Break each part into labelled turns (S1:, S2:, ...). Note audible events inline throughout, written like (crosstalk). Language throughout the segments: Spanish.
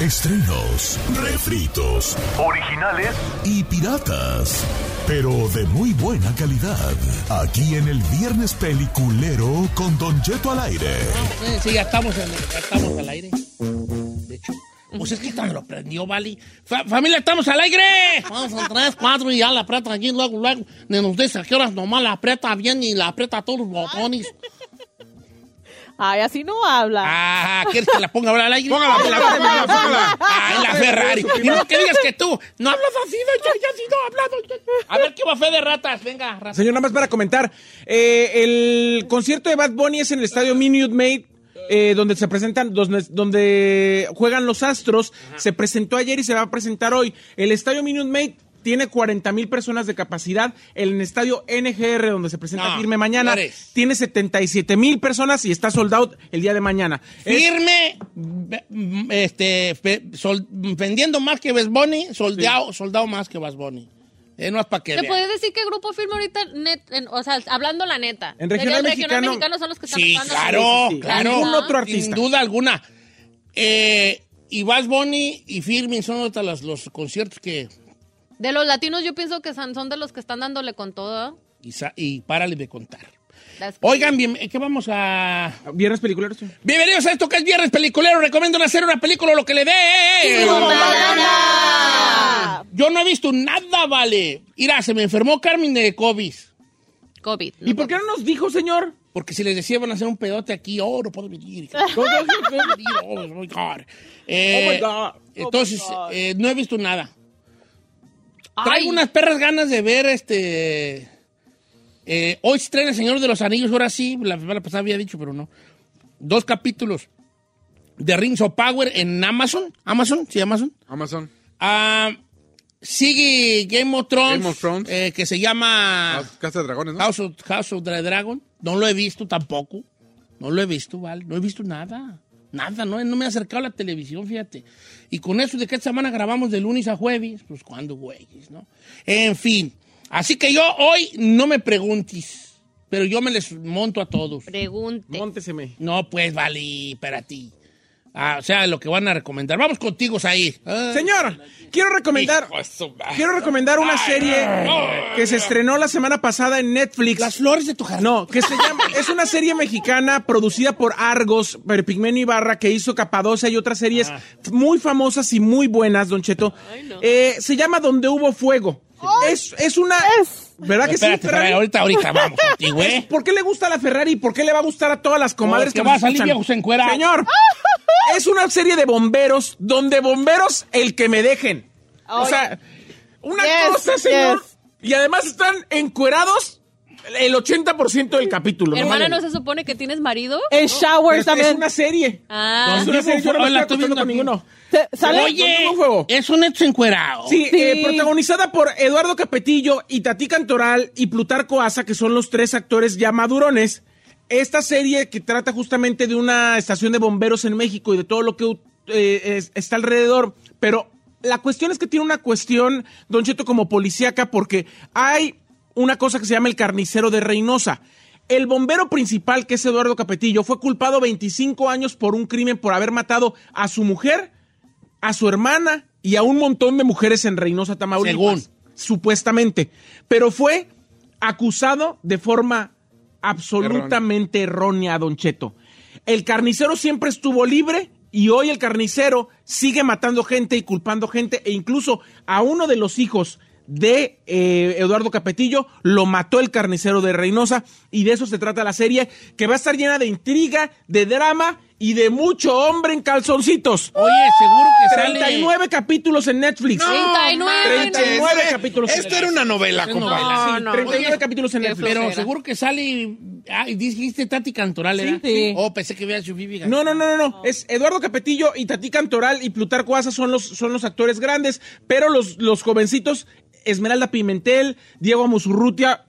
S1: Estrenos, refritos
S2: originales
S1: y piratas, pero de muy buena calidad. Aquí en el Viernes Peliculero con Don Jeto al aire.
S3: Eh, Sí, ya estamos, en- ya estamos al aire. De hecho. Pues es que tan lo prendió, Vali. Fa- ¡Familia, estamos al aire! Vamos a tres, cuatro y ya la aprieta aquí, luego, luego. Ni nos dice a qué horas nomás la aprieta bien y la aprieta todos los botones.
S4: Ay, así no habla.
S3: Ah, ¿quieres que la ponga ahora al aire?
S5: Póngala, póngala, póngala, póngala.
S3: ¡Ay, la Ferrari! Y no que digas que tú no hablas así, doña, ya sí no hablado. A ver, ¿qué va a hacer de ratas? Venga, ratas.
S5: Señor, nada más para comentar. eh, el concierto de Bad Bunny es en el estadio Minute Maid. eh, donde se presentan, donde, donde juegan los Astros, se presentó ayer y se va a presentar hoy. El estadio Minute Maid tiene 40 mil personas de capacidad. El estadio NGR, donde se presenta
S3: No,
S5: firme mañana,
S3: eres.
S5: tiene 77 mil personas y está sold out el día de mañana. Es-
S3: Firme, ve- m- este, fe- sol- vendiendo más que Bad Bunny, soldado, soldado más que Bad Bunny. Eh, no es para que
S6: ¿Te
S3: vean.
S6: puedes decir qué grupo firma ahorita? net- en- o sea, hablando la neta.
S5: En
S6: Sería
S5: regional
S6: el regional
S5: mexicano-
S6: mexicano son los que están
S3: Sí,
S6: actuando.
S3: claro,
S5: Sí, sí, sí.
S3: claro.
S6: Ningún
S5: otro
S3: Sin
S5: artista.
S3: duda alguna. Eh, y Bad Bunny y Firmin son otras las- los conciertos que...
S6: Mm. De los latinos yo pienso que son son de los que están dándole con todo.
S3: Y, sa- y párale de contar.
S6: Las-
S3: Oigan, bien, ¿qué vamos a...?
S5: Viernes peliculero. sí.
S3: Bienvenidos a esto que es Viernes Peliculero. Recomiendo hacer una película lo que le dé. Yo no he visto nada, vale. Mira, se me enfermó Carmen de COVID.
S6: COVID. ¿no?
S5: ¿Y por qué no nos dijo, señor?
S3: Porque si les decía van a hacer un pedote aquí, oh, no puedo venir. No puedo venir, oh my God. Eh,
S5: Oh, my God. Oh,
S3: Entonces,
S5: my God.
S3: eh, no he visto nada.
S6: Ay,
S3: Traigo unas perras ganas de ver este. eh, hoy se estrena El Señor de los Anillos, ahora sí, la semana pasada había dicho, pero no. Dos capítulos de Rings of Power en Amazon. Amazon, sí, Amazon.
S7: Amazon.
S3: Ah, sigue Game of Thrones,
S7: Game of Thrones.
S3: eh, que se llama.
S7: Ah, Casa de Dragones, ¿no?
S3: House of, House of the Dragon. No lo he visto tampoco. No lo he visto, ¿vale? No he visto nada. Nada, no, no me he acercado a la televisión, fíjate. Y con eso de que esta semana grabamos de lunes a jueves, pues cuando güeyes, ¿no? En fin. Así que yo hoy no me preguntes, pero yo me les monto a todos.
S6: Pregunte.
S5: Mónteseme.
S3: No, pues, vale, para ti. Ah, o sea, lo que van a recomendar. Vamos contigo, Ah. ahí.
S5: Señor, quiero recomendar. Quiero recomendar una serie que se estrenó la semana pasada en Netflix.
S3: Las flores de tu jardín.
S5: No, que se llama. Es una serie mexicana producida por Argos, por Pigmenio Ibarra, que hizo Capadocia y otras series
S3: Ah.
S5: muy famosas y muy buenas, Don Cheto. Eh, se llama Donde Hubo Fuego. Es, es una. ¿Verdad que
S3: Espérate, Ferrari,
S5: sí? Ferrari?
S3: ahorita, ahorita vamos contigo, ¿eh?
S5: ¿Por qué le gusta la Ferrari y por qué le va a gustar a todas las comadres
S3: Porque
S5: que
S3: va
S5: nos
S3: a salir
S5: escuchan?
S3: viejo se encuera.
S5: Señor, es una serie de bomberos donde bomberos el que me dejen.
S6: ¡Ah!
S5: o sea, una
S4: Yes,
S5: cosa, señor.
S4: yes.
S5: Y además están encuerados el 80% del capítulo. no
S6: Hermana,
S5: mames.
S6: ¿no se supone que tienes marido? Oh.
S4: En
S5: Pero
S2: Este
S4: showers
S5: esta es
S4: también.
S5: una serie.
S6: Ah.
S5: Es una
S3: ¿Dónde
S5: serie, yo
S3: fue?
S5: no me estoy
S3: La estoy
S5: acostando
S3: viendo
S5: con
S3: aquí.
S5: ninguno.
S4: Se- ¿Sale?
S3: Oye,
S5: ¿Con un juego?
S3: es un hecho encuerado.
S5: Sí, eh,
S4: Sí.
S5: protagonizada por Eduardo Capetillo, Itatí Cantoral y Plutarco Asa, que son los tres actores ya madurones. Esta serie que trata justamente de una estación de bomberos en México y de todo lo que eh, es- está alrededor, pero la cuestión es que tiene una cuestión, Don Cheto, como policíaca, porque hay una cosa que se llama el carnicero de Reynosa. El bombero principal, que es Eduardo Capetillo, fue culpado 25 años por un crimen por haber matado a su mujer, a su hermana y a un montón de mujeres en Reynosa, Tamaulipas.
S3: Según.
S5: Supuestamente. Pero fue acusado de forma absolutamente errónea, Don Cheto. El carnicero siempre estuvo libre y hoy el carnicero sigue matando gente y culpando gente e incluso a uno de los hijos de eh, Eduardo Capetillo lo mató el carnicero de Reynosa y de eso se trata la serie que va a estar llena de intriga, de drama y de mucho hombre en calzoncitos.
S3: Oye, seguro que sale.
S5: 39 capítulos en Netflix.
S6: No, 39.
S5: manches. 39 capítulos en
S2: Esto
S5: el-
S2: era una novela,
S3: Es
S2: compadre.
S3: novela.
S6: No,
S5: Sí,
S6: no.
S5: 39
S3: Oye,
S5: capítulos en
S6: qué
S5: Netflix.
S3: Pero
S6: Flojera.
S3: seguro que sale. Ah, y dijiste Tati Cantoral, ¿verdad?
S4: Sí.
S3: Oh, pensé que había sido Vivi Gaitán.
S5: No, no, no, no, no. Es Eduardo Capetillo y Tati Cantoral y Plutarco Asa son los, son los actores grandes, pero los, los jovencitos, Esmeralda Pimentel, Diego Musurrutia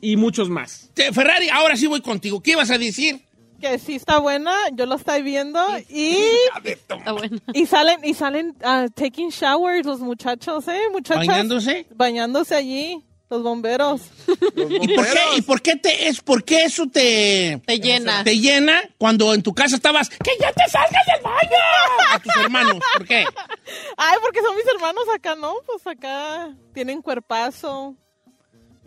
S5: y muchos más.
S3: Te- Ferrari, ahora sí voy contigo. ¿Qué ibas a decir?
S4: (laughs) Que sí está buena, yo lo estoy viendo y,
S6: Está bueno.
S4: y salen, y salen ah, taking showers los muchachos, ¿eh? Muchachas.
S3: ¿Bañándose?
S4: Bañándose allí, los bomberos.
S3: ¿Y por qué, y por qué te, es, por qué eso te,
S6: Te llena.
S3: te llena cuando en tu casa estabas ¡Que ya te salgas del baño! A tus hermanos. ¿Por qué?
S4: (laughs) Ay, porque son mis hermanos acá, ¿no? Pues acá tienen cuerpazo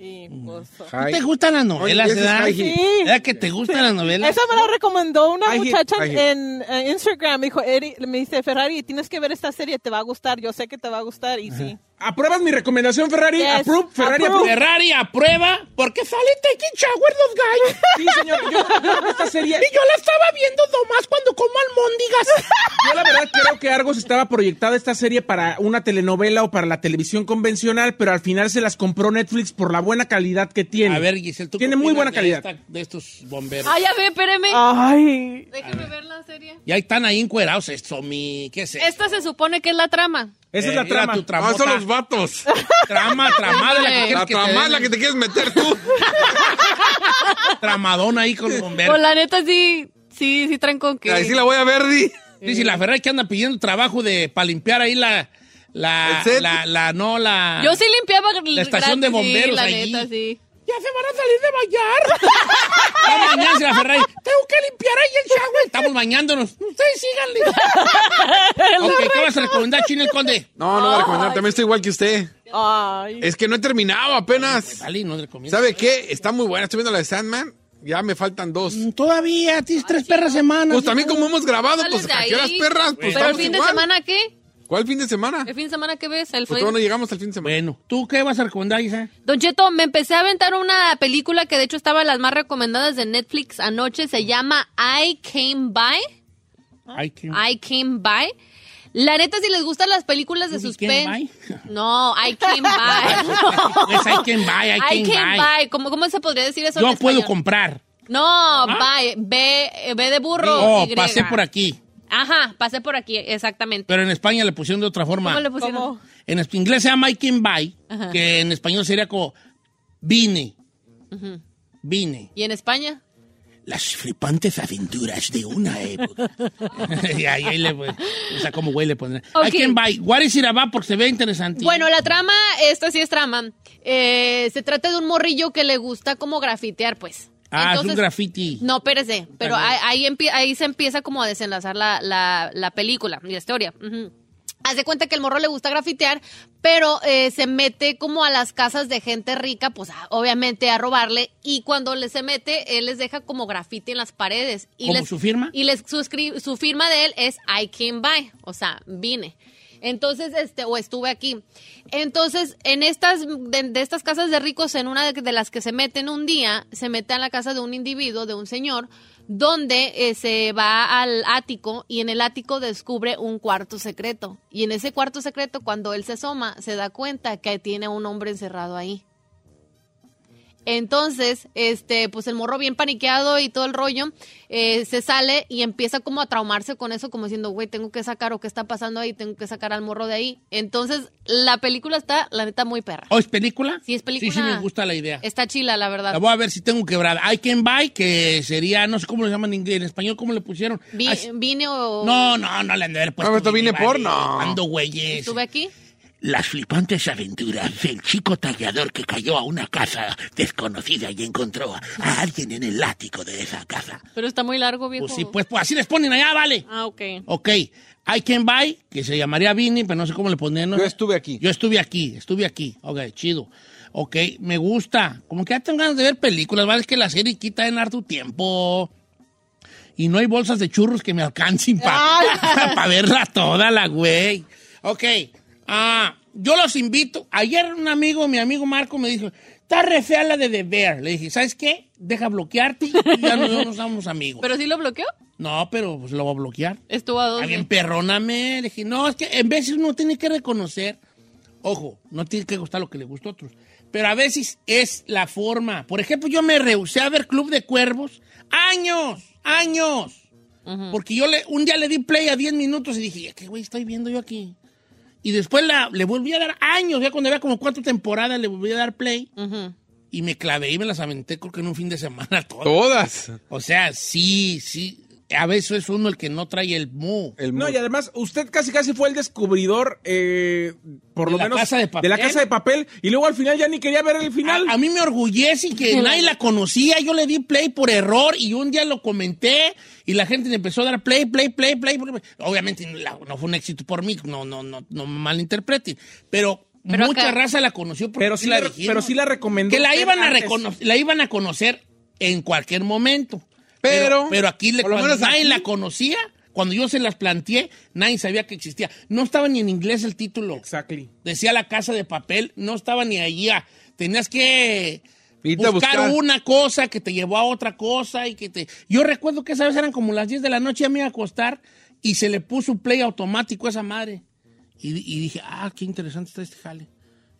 S4: y pues...
S3: ¿Te gustan las novelas,
S2: Oye, ese es
S3: verdad?
S2: high heel.
S4: Sí.
S3: ¿Verdad que te gustan las novelas?
S4: Esa me la recomendó una
S5: I hear-
S4: muchacha
S5: I hear.
S4: en eh, Instagram. Me dijo, Eri- me dice, Ferrari, tienes que ver esta serie, te va a gustar. Yo sé que te va a gustar y sí.
S5: ¿Apruebas mi recomendación, Ferrari?
S4: Yes.
S5: Approve, Ferrari,
S4: Approve.
S5: approve.
S3: Ferrari aprueba porque sale Taking Shower los gallos.
S5: Sí, señor. Yo creo que esta serie,
S3: Y yo la estaba viendo nomás cuando como almóndigas.
S5: yo la verdad creo que Argos estaba proyectada esta serie para una telenovela o para la televisión convencional, pero al final se las compró Netflix por la buena calidad que tiene.
S3: A ver, Giselle, ¿tú qué
S5: Tiene muy
S3: opinas
S5: buena
S3: de
S5: calidad. Ah.
S3: esta- de estos bomberos.
S6: Ay, a ver, Ah, espéreme.
S4: Ay.
S6: Déjeme ver la serie.
S3: Ya están ahí encuerados, esto, mi. ¿Qué es esto?
S6: Esta se supone que es la trama.
S5: Esa es
S3: Eh,
S5: la
S3: mira
S5: trama.
S3: tu
S2: Ah,
S3: tramota.
S2: son los vatos.
S3: Trama, tramada, la que quieres
S2: La
S3: que te
S2: tramada
S3: den.
S2: que te quieres meter tú.
S3: (laughs) tramadona ahí con los bomberos.
S6: Pues la neta sí, sí, sí traen con que.
S2: Ahí sí la voy a ver, Di.
S3: Dice la Ferrari que anda pidiendo trabajo de para limpiar ahí la. La,
S2: ¿El set?
S3: la, la, no, la.
S6: Yo
S3: (laughs)
S6: sí limpiaba
S3: La estación de bomberos
S6: sí, la
S3: allí.
S6: neta, sí.
S3: Ya se van a salir de (laughs) bañar. Están bañándose la Ferrari. Tengo que limpiar ahí el shower. Estamos bañándonos. Ustedes
S6: (laughs)
S3: síganle. ok, ¿qué vas a recomendar, Chino el Conde?
S2: No, no voy a recomendar. También estoy igual que usted.
S4: Ay.
S2: Es que no he terminado apenas.
S3: Dale, no le recomiendo.
S2: ¿Sabe qué? Está muy buena. Estoy viendo la de Sandman. Ya me faltan dos.
S3: Mm, Todavía, tienes tres perras semanas.
S2: Pues también como hemos grabado,
S6: Sales
S2: pues
S6: de
S2: ¿a qué horas
S6: ahí. (laughs)
S2: perras? Pues
S6: Pero el
S2: estamos
S6: fin de
S2: igual.
S6: semana, ¿qué?
S2: ¿Cuál fin de semana?
S6: ¿El fin de semana qué ves? El
S2: Pues
S6: fin-
S2: todavía no llegamos al fin de semana.
S3: Bueno, ¿tú qué vas a recomendar, Isa?
S6: Don Cheto, me empecé a aventar una película que de hecho estaba en las más recomendadas de Netflix anoche. Se llama I Came By. Ah.
S3: Ay, qué...
S6: I Came By. La neta, si les gustan las películas de
S3: ¿Tú sí
S6: suspense.
S3: came
S6: No, I Came By.
S3: Es
S6: (laughs)
S3: I can buy, (laughs) I
S6: I
S3: can buy.
S6: Came By. ¿Cómo, ¿Cómo se podría decir eso? en
S3: Yo puedo
S6: español?
S3: comprar.
S6: No, by. B, B de burro.
S3: Oh,
S6: Y.
S3: pasé por aquí.
S6: Ajá, pasé por aquí, exactamente.
S3: Pero en España le pusieron de otra forma.
S6: ¿Cómo le pusieron?
S4: ¿Cómo?
S3: En es- inglés se llama I can buy,
S6: Ajá.
S3: que en español sería como vine. Vine.
S6: ¿Y en España?
S3: Las flipantes aventuras de
S6: (laughs)
S3: una E. época. y ahí, ahí le, pon- o sea, como güey le pondrán.
S6: Ok.
S3: I can buy. What is it about? Porque se ve interesante.
S6: Bueno, la trama, esta sí es trama. Eh, se trata de un morrillo que le gusta como grafitear, pues.
S3: ah, es
S6: Entonces-
S3: un graffiti.
S6: No, espérese, pero ahí, ahí empie- ahí se empieza como a desenlazar la, la- la película, la historia. Ujú. Haz de cuenta que el morro le gusta grafitear, pero eh, se mete como a las casas de gente rica, pues a- obviamente a robarle, y cuando le se mete, él les deja como grafiti en las paredes. Y
S3: ¿Como
S6: les-
S3: su firma?
S6: Y les suscri- su firma de él es I came by, o sea, vine. Entonces, este, o estuve aquí. Entonces, en estas, de, de estas casas de ricos, en una de, de las que se meten un día, se mete a la casa de un individuo, de un señor, donde eh, se va al ático y en el ático descubre un cuarto secreto. Y en ese cuarto secreto, cuando él se asoma, se da cuenta que tiene un hombre encerrado ahí. Entonces, este, pues el morro bien paniqueado y todo el rollo, eh, se sale y empieza como a traumarse con eso, como diciendo, güey, tengo que sacar o qué está pasando ahí, tengo que sacar al morro de ahí. Entonces, la película está, la neta, muy perra.
S3: ¿O ¿Oh, es película?
S6: Sí, es película.
S3: Sí, sí, me gusta la idea.
S6: Está chila, la verdad.
S3: La voy a ver si tengo quebrada. I can buy, que sería, no sé cómo lo llaman en inglés, en español, ¿cómo le pusieron?
S6: Vi-
S3: Así-
S6: vine o...
S3: No, no, no le han de haber puesto.
S2: No, esto viene
S3: Vale,
S2: porno.
S3: Ando güeyes.
S6: Estuve aquí.
S3: Las flipantes aventuras del chico tallador que cayó a una casa desconocida y encontró a alguien en el ático de esa casa.
S6: Pero está muy largo, viejo.
S3: Pues sí, pues, pues así les ponen allá, vale.
S6: Ah, ok.
S3: Ok, I can buy, que se llamaría Vini, pero no sé cómo le ponían. ¿no?
S5: Yo estuve aquí.
S3: Yo estuve aquí, estuve aquí. Ok, chido. Ok, me gusta. Como que ya tengo ganas de ver películas, ¿vale? Es que la serie quita en harto tiempo. y no hay bolsas de churros que me alcancen (laughs) para verla toda la güey. Ok, ah, yo los invito. Ayer un amigo, mi amigo Marco, me dijo, está re fea la de The Bear. Le dije, ¿sabes qué? Deja bloquearte y ya no, ya no somos amigos.
S6: ¿Pero sí lo bloqueó?
S3: no, pero pues lo voy a bloquear.
S6: Estuvo a dos.
S3: Alguien perróname. Le dije, no, es que en veces uno tiene que reconocer. Ojo, no tiene que gustar lo que le gusta a otros. Pero a veces es la forma. Por ejemplo, yo me rehusé a ver Club de Cuervos años, años. Porque yo le, un día le di play a 10 minutos y dije, ¿qué güey estoy viendo yo aquí? Y después la, le volví a dar años, ya cuando había como cuatro temporadas le volví a dar play. Y me clavé y me las aventé creo que en un fin de semana (laughs) todas.
S2: Todas.
S3: O sea, sí, sí. A veces es uno el que no trae el mu.
S2: El
S5: No,
S2: mu-
S5: y además, usted casi casi fue el descubridor, eh, por
S3: De
S5: lo
S3: la
S5: menos,
S3: Casa de Papel.
S5: la casa de papel. Y luego al final ya ni quería ver el final.
S3: A, a mí me orgullece que nadie la conocía. Yo le di play por error y un día lo comenté y la gente le empezó a dar play, play, play, play. play, play. Obviamente la- no fue un éxito por mí, no, no, no, no me malinterpreten. Pero,
S6: Pero
S3: mucha
S6: acá-
S3: raza la conoció porque
S5: pero, sí la,
S3: dijimos.
S5: pero sí la recomendó.
S3: que la
S5: usted
S3: iban, a
S5: antes.
S3: recono- la iban a conocer en cualquier momento.
S2: Pero-
S3: pero, aquí le,
S2: por lo
S3: cuando
S2: menos
S3: nadie
S2: aquí-
S3: la conocía. Cuando yo se las planteé, nadie sabía que existía. No estaba ni en inglés el título.
S5: Exactly.
S3: Decía la casa de papel, no estaba ni allí. ah. Tenías que
S2: Irte a
S3: buscar,
S2: buscar.
S3: una cosa que te llevó a otra cosa y que te... Yo recuerdo que esa vez eran como las 10 de la noche, ya me iba a acostar y se le puso un play automático a esa madre. Y, y dije, ah, qué interesante está este jale.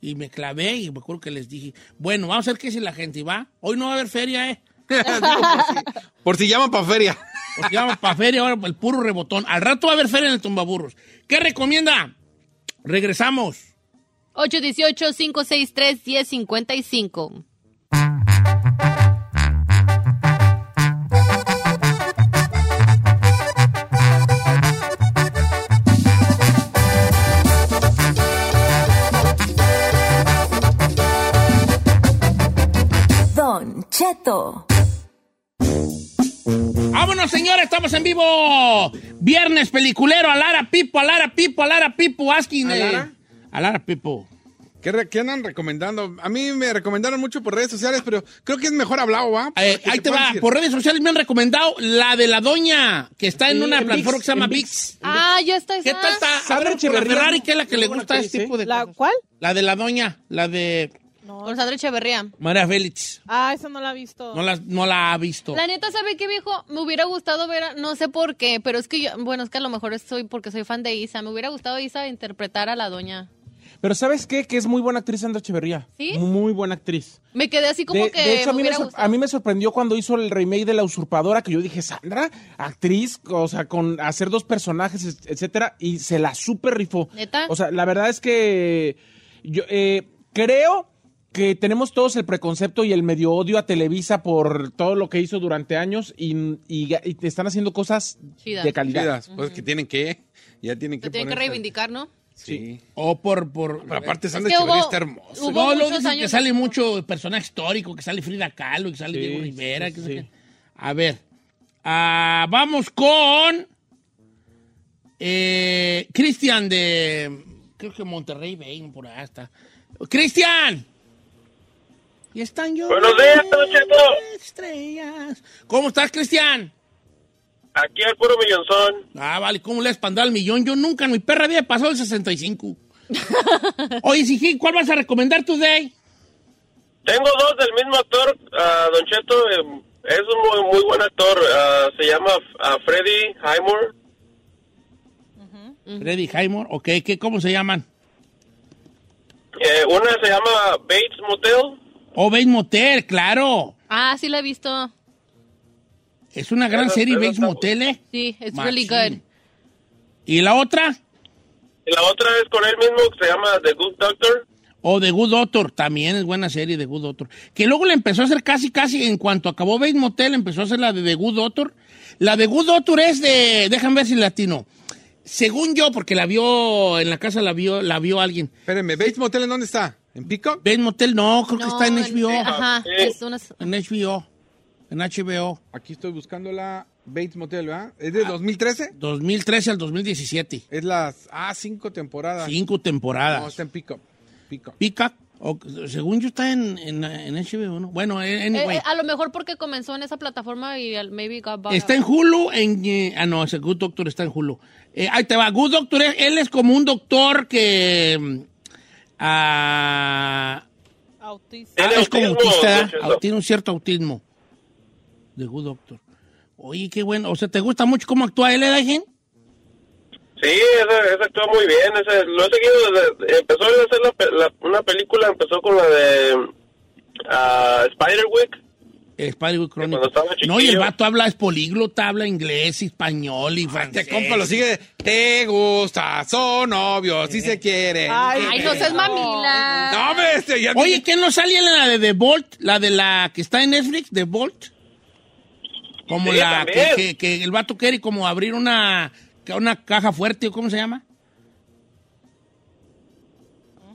S3: Y me clavé y me acuerdo que les dije, bueno, vamos a ver qué si la gente va. Hoy no va a haber feria, ¿eh?
S2: pues, Por si llaman para feria.
S3: Porque vamos para feria ahora, el puro rebotón. Al rato va a haber feria en el tumbaburros. ¿Qué recomienda? Regresamos.
S6: 818-563-1055.
S7: Don Cheto.
S3: Vámonos, señores, estamos en vivo. Viernes peliculero, Alara Pipo, Alara Pipo, Alara Pipo, Askin. eh.
S2: ¿Alara?
S3: Alara Pipo.
S2: ¿Qué, re- qué andan recomendando? A mí me recomendaron mucho por redes sociales, pero creo que es mejor hablado, ¿va?
S3: Eh,
S2: Porque
S3: ahí te
S2: puedo
S3: va.
S2: decir.
S3: Por redes sociales me han recomendado la de la doña que está en
S5: Sí,
S3: una
S5: en
S3: plataforma
S5: Vix,
S3: que se llama
S5: en
S3: VIX.
S6: Ah, ya está.
S3: ¿Qué tal está?
S5: Sandra
S3: Sandra
S5: Echeverría.
S3: Ferrari, que es la que le
S5: Muy buena
S3: gusta
S5: actriz,
S3: este tipo
S5: ¿eh?
S3: de
S4: ¿La
S3: cosas.
S4: cuál?
S3: La de la doña, la de
S6: Con Sandra Echeverría.
S3: María Félix.
S4: Ah, esa no la he visto.
S3: No la, no la ha visto.
S6: La neta, ¿sabe qué, viejo? Me hubiera gustado ver, a- no sé por qué, pero es que yo, bueno, es que a lo mejor soy porque soy fan de Isa. Me hubiera gustado Isa interpretar a la doña.
S5: Pero ¿sabes qué? Que es muy buena actriz Sandra Echeverría.
S6: ¿Sí?
S5: Muy buena actriz.
S6: Me quedé así como
S5: de,
S6: que
S5: de hecho, a mí,
S6: me
S5: me
S6: hubiera
S5: sor-
S6: gustado.
S5: a mí me sorprendió cuando hizo el remake de La Usurpadora, que yo dije, Sandra, actriz, o sea, con hacer dos personajes, et- etcétera, y se la super rifó.
S6: ¿Neta?
S5: O sea, la verdad es que yo eh, creo que tenemos todos el preconcepto y el medio odio a Televisa por todo lo que hizo durante años y, y- y te están haciendo cosas
S6: Chidas.
S5: de calidad.
S2: Vidas, Pues que tienen que. Ya tienen que.
S6: Se tiene que
S2: ponerse-
S6: reivindicar, ¿no?
S2: Sí.
S3: O por... por
S2: Pero aparte,
S6: que
S2: Sandra Echeverría
S6: hubo-
S2: está hermosa.
S6: hubo
S3: no, lo
S6: muchos
S3: dicen que
S6: años
S3: sale
S6: de-
S3: mucho personaje histórico, que sale Frida Kahlo, que sale
S5: Sí,
S3: Diego Rivera.
S5: sí,
S3: que
S5: sí.
S3: sale- A ver, ah, vamos con eh, Cristian de, creo que Monterrey, Bain, por ahí está. Cristian. Y están yo.
S8: Buenos días, Don Cheto.
S3: Estrellas. ¿Cómo estás, Cristian?
S8: Aquí al puro millonzón.
S3: Ah, vale, ¿cómo le has pandado al millón? Yo nunca en mi perra había pasado el 65. Oye, Siji, ¿cuál vas a recomendar today?
S8: Tengo dos del mismo actor, ah, Don Cheto. eh, es un muy, muy buen actor. ah, se llama ah, Freddy Highmore.
S3: Freddy Highmore, ok, ¿qué, ¿cómo se llaman?
S8: Eh, una se llama Bates Motel.
S3: Oh, Bates Motel, claro.
S6: Ah, sí la he visto.
S3: Es una gran
S8: Pero-
S3: serie,
S8: pero
S3: Bates
S8: está-
S3: Motel, ¿eh?
S6: Sí, it's really
S3: Machín.
S6: good.
S3: ¿Y la otra?
S8: Y la otra es con él mismo, que se llama The Good Doctor.
S3: O Oh, The Good Doctor, también es buena serie The Good Doctor. Que luego le empezó a hacer casi, casi, en cuanto acabó Bates Motel, empezó a hacer la de The Good Doctor. La de Good Doctor es de, déjame ver si latino. Según yo, porque la vio, en la casa la vio, la vio alguien.
S2: Espérenme, ¿Bates Motel en dónde está? ¿En Peacock?
S3: Bates Motel no, creo que
S6: No, eh,
S3: está en HBO.
S6: Ajá,
S8: Eh,
S7: Eh,
S6: es una...
S3: En HBO. En HBO.
S2: Aquí estoy buscando la Bates Motel, ¿verdad? ¿Es
S3: Ah.
S2: de 2013?
S3: 2013 al 2017.
S2: Es las. Ah, cinco temporadas.
S3: Cinco
S2: No,
S3: temporadas.
S2: está en Peacock. Peacock.
S3: Pica. O- según yo está en, en, en HBO, ¿no? Bueno, anyway.
S6: Eh, eh, a lo mejor porque comenzó en esa plataforma y al- maybe got bought
S3: Está
S6: out.
S3: en Hulu, en... eh, ah, no, ese Good Doctor está en Hulu. Eh, ahí te va, Good Doctor, eh, él es como un doctor que... mm, ah,
S4: Autista.
S3: ah,
S8: Tiene
S3: es como
S8: autismo,
S3: autista,
S8: Don Cheto.
S3: au- tiene un cierto autismo. De Good Doctor. Oye, qué bueno. O sea, ¿te gusta mucho cómo actúa él, Edagen?
S8: Sí, ese, ese actúa muy bien. Ese, lo he seguido desde. Empezó a hacer la pe- la- una película, empezó con la de ah, Spiderwick.
S3: Spider-Man Chronicle.
S8: Cuando estaba (laughs)
S3: No, y el
S8: chiquillo.
S3: vato habla, es políglota, habla inglés, español y pues, francés.
S2: Este compa lo sigue. Te gusta, son novios, si se quieren.
S6: Ay, no seas mamila.
S2: No, hombre, este ya.
S3: Oye, ¿quién no salía en la de The Bolt? La de la que está en Netflix, The Bolt. Como
S8: Sí,
S3: la que,
S8: también.
S3: que- que el vato quiere como abrir una, ca- una caja fuerte, ¿o ¿cómo se llama?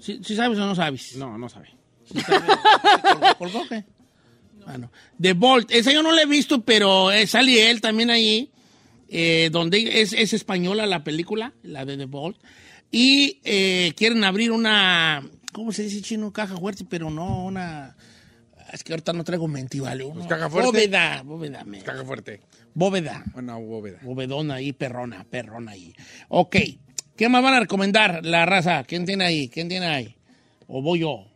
S3: ¿Sí, sí sabes o no sabes?
S5: No, no sabe.
S3: ¿Sí sabes? ¿Colgó, colgó
S5: (laughs)
S3: o qué? Ah, no. The Bolt, esa yo no la he visto, pero eh, sale él también ahí, eh, donde es, es española la película, la de The Bolt, y eh, quieren abrir una, ¿cómo se dice chino? Caja fuerte, pero no una... Es que ahorita no traigo menti, ¿vale? Una
S2: Pues caja fuerte.
S3: Bóveda, bóveda, me-
S2: Caga fuerte.
S3: bóveda.
S2: Bueno, bóveda.
S3: Bóvedona ahí, perrona, perrona ahí. Ok, ¿qué más van a recomendar la raza? ¿Quién tiene ahí? ¿Quién tiene ahí? ¿O voy yo?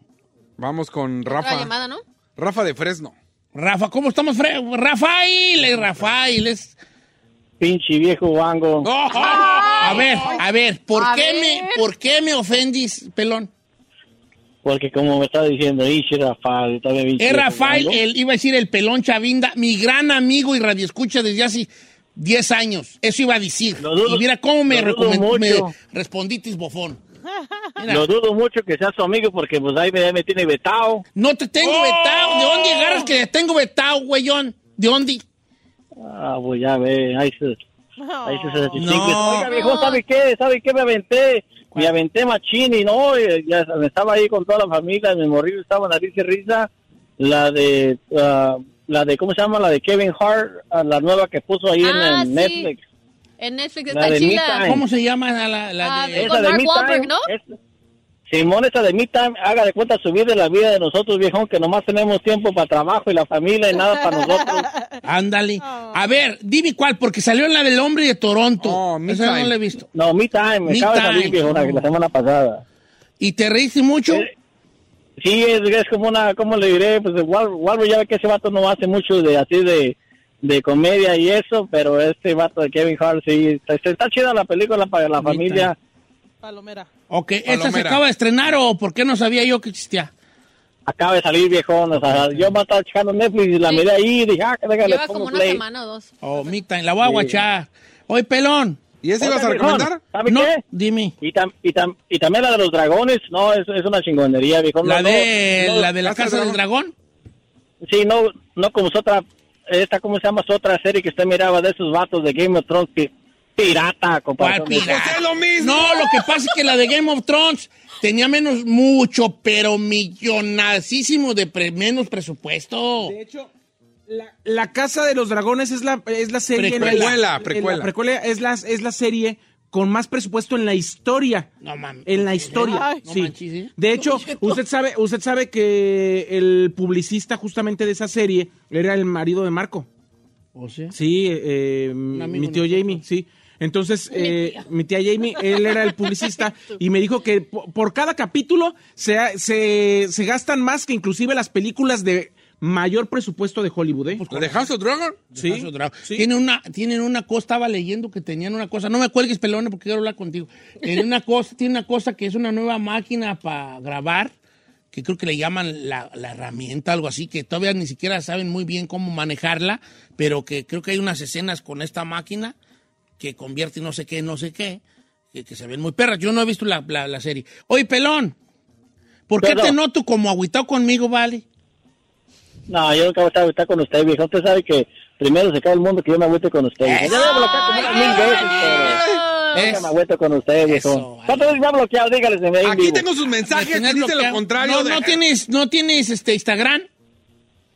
S2: Vamos con
S6: Otra
S2: Rafa.
S6: llamada, ¿no?
S2: Rafa de Fresno.
S3: Rafa, ¿cómo estamos? Fre- Rafael, eh, Rafael, es... Oh,
S7: Pinche viejo guango.
S3: A ver, a ver, ¿por,
S6: A
S3: qué,
S6: ver.
S3: Me, ¿por qué me ofendis, pelón?
S7: Porque como me está diciendo, Ishi Rafael, está bien pinche
S3: Es
S7: viejo
S3: Rafael,
S7: guango.
S3: el, iba a decir el pelón Chavinda, mi gran amigo y radioescucha desde hace 10 años. Eso iba a decir.
S7: Lo dudo-
S3: y mira cómo me,
S7: lo dudo
S3: recomendó, me
S7: mucho.
S3: respondiste, bofón. Mira,
S7: Lo dudo mucho que sea su amigo porque pues ahí me, me tiene vetado.
S3: no te tengo vetado. ¿De
S6: Oh.
S3: dónde agarras que te tengo vetado, güeyón? ¿De dónde?
S7: Ah, pues ya ve, ahí se... Ahí se se distingue.
S3: No.
S7: Oiga, viejo, ¿sabe qué? ¿Sabe qué me aventé? Me aventé machini, ¿no? Eh, Ya me estaba ahí con toda la familia, me morí, estaba nariz y risa. La de, ah, la de, ¿cómo se llama? La de Kevin Hart, ah, la nueva que puso ahí en-
S6: Ah,
S7: en,
S6: sí.
S7: Netflix.
S6: En Netflix
S7: La
S6: está
S7: de
S6: chida.
S7: Mita,
S3: ¿Cómo se llama la, la- la
S6: Ah,
S3: de-
S6: de- Con Mark
S7: Me
S6: Wahlberg,
S7: Time,
S6: ¿no?
S7: es- Simón, esa de Me Time, haga de cuenta subir de la vida de nosotros, viejón, que nomás tenemos tiempo para trabajo y la familia y nada para
S6: (laughs)
S7: nosotros.
S3: Ándale. A ver, dime cuál, porque salió en la del hombre de Toronto.
S2: Oh, Me
S3: Esa no
S2: Time.
S3: la he visto.
S7: No, Me Time, me
S3: Me
S7: acaba de
S3: Time,
S7: salir, viejón, la-
S3: no.
S7: la semana pasada.
S3: ¿Y te reíste mucho?
S7: Eh, Sí, es, es como una, ¿cómo le diré? Pues Wal- Wahlberg ya ve que ese vato no hace mucho de así de, de comedia y eso, pero este vato de Kevin Hart sí, está, está chida la película para la
S3: Bonita.
S7: familia.
S4: Palomera.
S3: Ok, ¿esa se
S2: Palomera.
S3: acaba de estrenar o por qué no sabía yo que existía?
S7: Acaba de salir viejón, o sea, yo me estaba checando Netflix y la
S6: Sí.
S7: miré ahí y dije, ah, que déjale,
S6: Lleva como
S7: pongo
S6: una
S7: play.
S6: semana o dos.
S3: Oh, Me Time, la voy a guachar. Oye, pelón.
S2: ¿Y ese
S7: Oiga,
S2: ibas a
S7: viejón,
S2: recomendar?
S7: ¿Sabe
S3: no,
S7: qué?
S3: dime.
S7: Y, tam- y, tam- y también la de los dragones, no, es, es una chingonería, viejón.
S3: La
S7: no,
S3: de
S7: no, no,
S3: la, de la
S2: Casa
S3: Casa
S2: del
S3: del Dragón.
S7: Sí, no, no como es otra, esta, ¿cómo se llama? Es otra serie que usted miraba de esos vatos de Game of Thrones, que pirata,
S3: ¿Cuál
S7: compadre.
S3: pirata?
S2: Pues es lo mismo.
S3: No, lo que pasa es que la de Game of Thrones tenía menos, mucho, pero millonadísimo de pre- menos presupuesto.
S5: De hecho, la, la Casa de los Dragones es la, es la serie... en la-
S2: Precuela,
S5: en la
S2: precuela.
S5: precuela es, la, es la serie con más presupuesto en la historia.
S3: No mames.
S5: En la historia,
S3: Ay, no
S5: sí.
S3: manches, ¿eh?
S5: De hecho, usted sabe, usted sabe que el publicista justamente de esa serie era el marido de Marco.
S3: O sea,
S5: Sí, eh, mi
S3: amigo
S5: tío
S3: nuestro.
S5: Jamie, sí. Entonces, eh, mi tía Jamie, él era el publicista y me dijo que po- por cada capítulo se, se, se gastan más que inclusive las películas de mayor presupuesto de Hollywood, ¿eh?
S2: ¿La de House of Dragon?
S3: Sí,
S5: House of Dragon. Sí.
S3: Tienen una, tienen una cosa, estaba leyendo que tenían una cosa, no me cuelgues pelón porque quiero hablar contigo. Tienen una cosa, tiene una cosa que es una nueva máquina para grabar, que creo que le llaman la, la herramienta, algo así, que todavía ni siquiera saben muy bien cómo manejarla, pero que creo que hay unas escenas con esta máquina que convierte no sé qué, en no sé qué, que, que se ven muy perras. Yo no he visto la, la- la serie. Oye, pelón, ¿por qué
S7: Pero-
S3: te noto como agüitado conmigo, vale?
S7: No, yo nunca voy a estar, estar con usted, viejo. Usted sabe que primero se acaba el mundo que yo me agüito con usted. viejo. Ya me he bloqueado como unas mil veces, pero
S3: Es-
S7: nunca me agüito con usted,
S3: Eso,
S7: viejo.
S3: vale.
S7: ¿Cuántas veces me ha bloqueado? Dígale, se me ve en
S2: Aquí
S7: vivo.
S2: tengo sus mensajes
S3: me
S2: que
S3: tenés
S2: dice lo
S3: bloqueado.
S2: contrario.
S3: No,
S2: de-
S3: no tienes, no tienes este Instagram.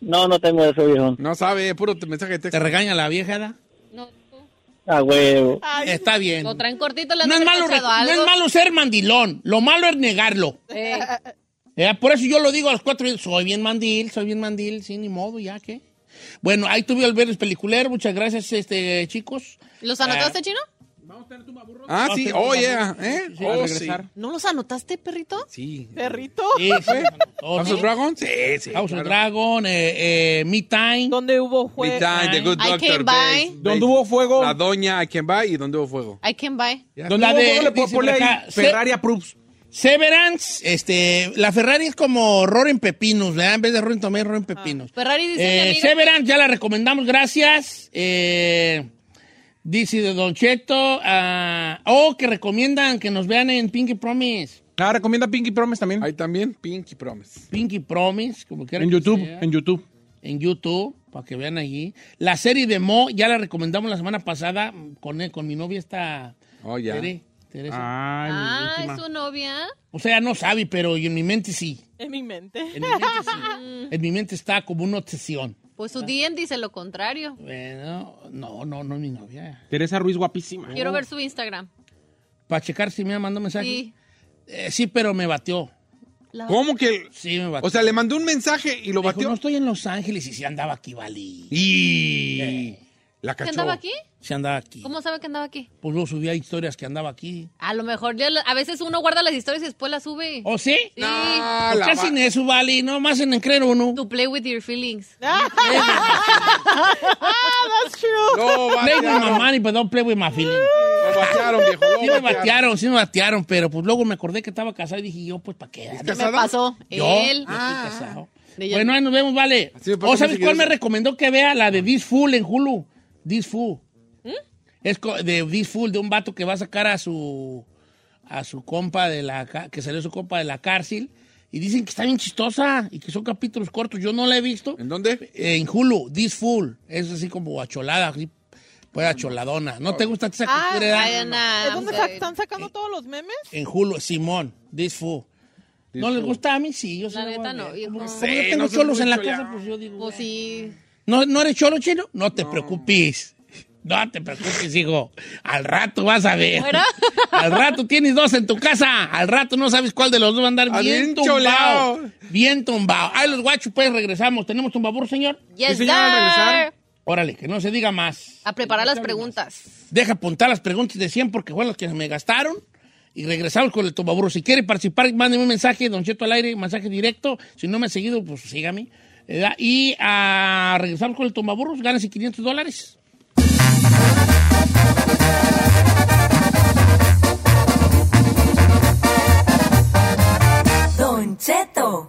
S7: No, no tengo eso, viejo.
S2: No sabe, puro te- mensaje de
S3: Te
S2: texto.
S3: regaña la vieja, ¿da?
S6: No, tú.
S7: Ah, huevo.
S4: Ay,
S3: Está bien.
S6: lo
S3: No
S6: traen cortito. le han
S3: es,
S6: de haber
S3: malo, re-
S6: cachado
S3: no
S6: algo.
S3: es malo ser mandilón, lo malo es negarlo.
S6: Eh,
S3: Eh, por eso yo lo digo a los cuatro, soy bien mandil, soy bien mandil, sí, ni modo, ya que. Bueno, ahí tuve al verles peliculer, muchas gracias, este, chicos.
S6: ¿Los
S3: Eh,
S6: anotaste, chino?
S2: Ah, sí,
S3: Vamos a
S2: oh,
S3: tener
S2: yeah,
S3: una-
S2: ¿eh?
S3: Sí, al
S2: oh, sí. (laughs)
S3: regresar.
S6: ¿No los anotaste, perrito?
S2: Sí.
S4: Perrito.
S3: Sí, sí, los anotó,
S2: ¿House
S3: sí.
S2: of Dragon? Sí, sí.
S3: House of
S2: claro.
S3: Dragon, eh, eh, Me Time.
S4: ¿Dónde hubo
S2: Big
S4: juego?
S2: Time, The Good
S6: I
S2: Doctor.
S6: Came By.
S2: Bass,
S5: Donde
S2: Bass.
S5: hubo fuego,
S2: La doña, I Can Buy y donde hubo fuego.
S6: I can buy.
S5: donde
S3: La
S5: hubo
S3: de-
S5: fuego le puedo
S3: dice
S5: poner
S3: por
S5: ahí
S3: acá, se-
S5: Ferrari approves.
S3: Severance, este, la Ferrari es como Roren Pepinos, ¿verdad? En vez de Roren Tomé, Roren Pepinos.
S5: Ah.
S6: Ferrari dice, mi
S3: Eh,
S6: amiga-
S3: Severance, ya la recomendamos, gracias. Eh, dice de Don Cheto. ah, oh, que recomiendan que nos vean en Pinky Promise.
S5: Ah, recomienda Pinky Promise también.
S2: Ahí también Pinky Promise.
S3: Pinky Promise, como quieran.
S5: En
S3: que
S5: YouTube,
S3: sea.
S5: en YouTube.
S3: en YouTube, para que vean allí. La serie de Mo, ya la recomendamos la semana pasada con, eh, con mi novia, esta
S2: Oh, ya.
S3: Tere- Teresa.
S5: Ay, mi
S6: Ah,
S5: víctima.
S6: ¿es tu novia?
S3: O sea, no sabe, pero en mi mente sí.
S4: En mi mente.
S3: En mi mente sí. En mi mente está como una obsesión.
S6: Mm, Pues su DM dice lo contrario.
S3: Bueno, no, no, no es mi novia.
S5: Teresa Ruiz, guapísima.
S6: Quiero ver su Instagram.
S3: Para checar si me mandó mensaje.
S6: Sí.
S3: Eh, sí, pero me batió.
S6: La-
S2: ¿Cómo que?
S3: Sí, me batió.
S2: O sea, le mandó un mensaje y
S3: Dijo,
S2: lo
S3: no
S2: batió.
S3: estoy en Los Ángeles y si andaba aquí, valí.
S2: Y la
S6: ¿Que
S2: cachó.
S6: andaba aquí?
S3: Si andaba aquí.
S6: ¿Cómo sabe que andaba aquí?
S3: Pues luego subía historias que andaba aquí.
S6: A lo mejor ya la- a veces uno guarda las historias y después las sube.
S3: ¿O ¿Oh, sí?
S6: Sí.
S2: Ah,
S3: Pues
S2: la
S3: casi
S2: va-
S3: en eso, vale. No más en el creer uno.
S6: To play with your feelings.
S4: Ah, That's true.
S6: (laughs)
S2: Lo
S3: (laughs) Play with my
S2: batearon.
S3: money, but don't play with my feeling.
S2: Lo batearon, viejo.
S3: Sí me batearon, sí me batearon, pero pues luego me acordé que estaba casado y dije yo, pues, ¿para qué?
S6: ¿Qué me
S2: ¿Casada?
S6: pasó?
S3: Yo,
S6: Él.
S3: yo estoy casado.
S6: De ella-
S3: Bueno, ahí nos vemos, vale.
S2: Así me pasa
S3: ¿O sabes
S2: mucho que
S3: cuál
S2: yo-
S3: me recomendó que vea? La de
S2: Ah.
S3: This Fool en Hulu. This Fool. Es co- de This Fool, de un vato que va a sacar a su a su compa de la ca- que salió su compa de la cárcel y dicen que está bien chistosa y que son capítulos cortos. Yo no la he visto.
S2: ¿En dónde?
S3: Eh, en Hulu, This Fool. Es así como acholada, así, pues acholadona. ¿No te gusta esa
S6: Ah,
S3: cultura?
S6: I don't know.
S4: ¿Es donde sa- están sacando todos los memes?
S3: En Hulu, Simón, This Fool. ¿No les gusta a mí? Sí, yo sí.
S6: La
S3: lo voy
S6: neta
S3: a
S6: no,
S3: ver.
S6: hijo.
S3: Como, como
S2: Sí,
S3: yo tengo
S2: no soy
S3: cholos
S2: muy
S3: en la
S2: choleado.
S3: casa, pues yo digo.
S6: Pues sí.
S3: ¿No, ¿No eres cholo, chino? No te preocupes. No te preocupes, hijo. Al rato vas a ver.
S6: ¿Fuera?
S3: Al rato tienes dos en tu casa. Al rato no sabes cuál de los dos va a andar
S2: Ah,
S3: bien
S2: bien
S3: tumbado.
S2: choleado.
S3: Bien tumbado. Ay, los guachos, pues regresamos. ¿Tenemos tumbabur, señor?
S6: Yes,
S5: señora, al regresar.
S6: sir.
S3: Órale, que no se diga más.
S6: A preparar las preguntas.
S3: Deja apuntar las preguntas de 100 porque fueron las que me gastaron. Y regresamos con el tomaburro. Si quiere participar, mándeme un mensaje, Don Cheto al aire, mensaje directo. Si no me ha seguido, pues sígame. ¿verdad? Y a regresamos con el tomaburros, gánese 500 dólares.
S9: Don Cheto.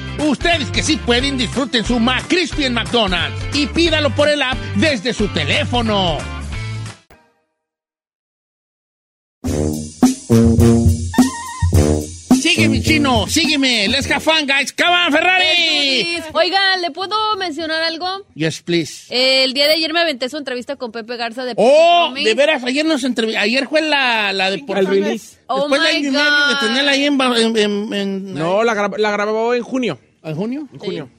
S3: Ustedes que sí pueden, disfruten su McCrispy en McDonald's y pídalo por el app desde su teléfono. Sigue mi el chino. Sígueme. Let's have fun, guys. Come on, Ferrari.
S6: Oiga, ¿le puedo mencionar algo?
S3: Yes, please.
S6: El día de ayer me aventé su entrevista con Pepe Garza de
S3: Oh,
S6: Promis.
S3: de veras, ayer nos entrevi- Ayer fue la, la de por el
S5: release.
S6: Oh
S3: Después de
S6: my
S3: alguien más de
S6: God.
S3: tenerla ahí en, ba- en- en- en-
S5: No, la, gra- la grabó en junio.
S3: ¿En junio?
S5: En junio.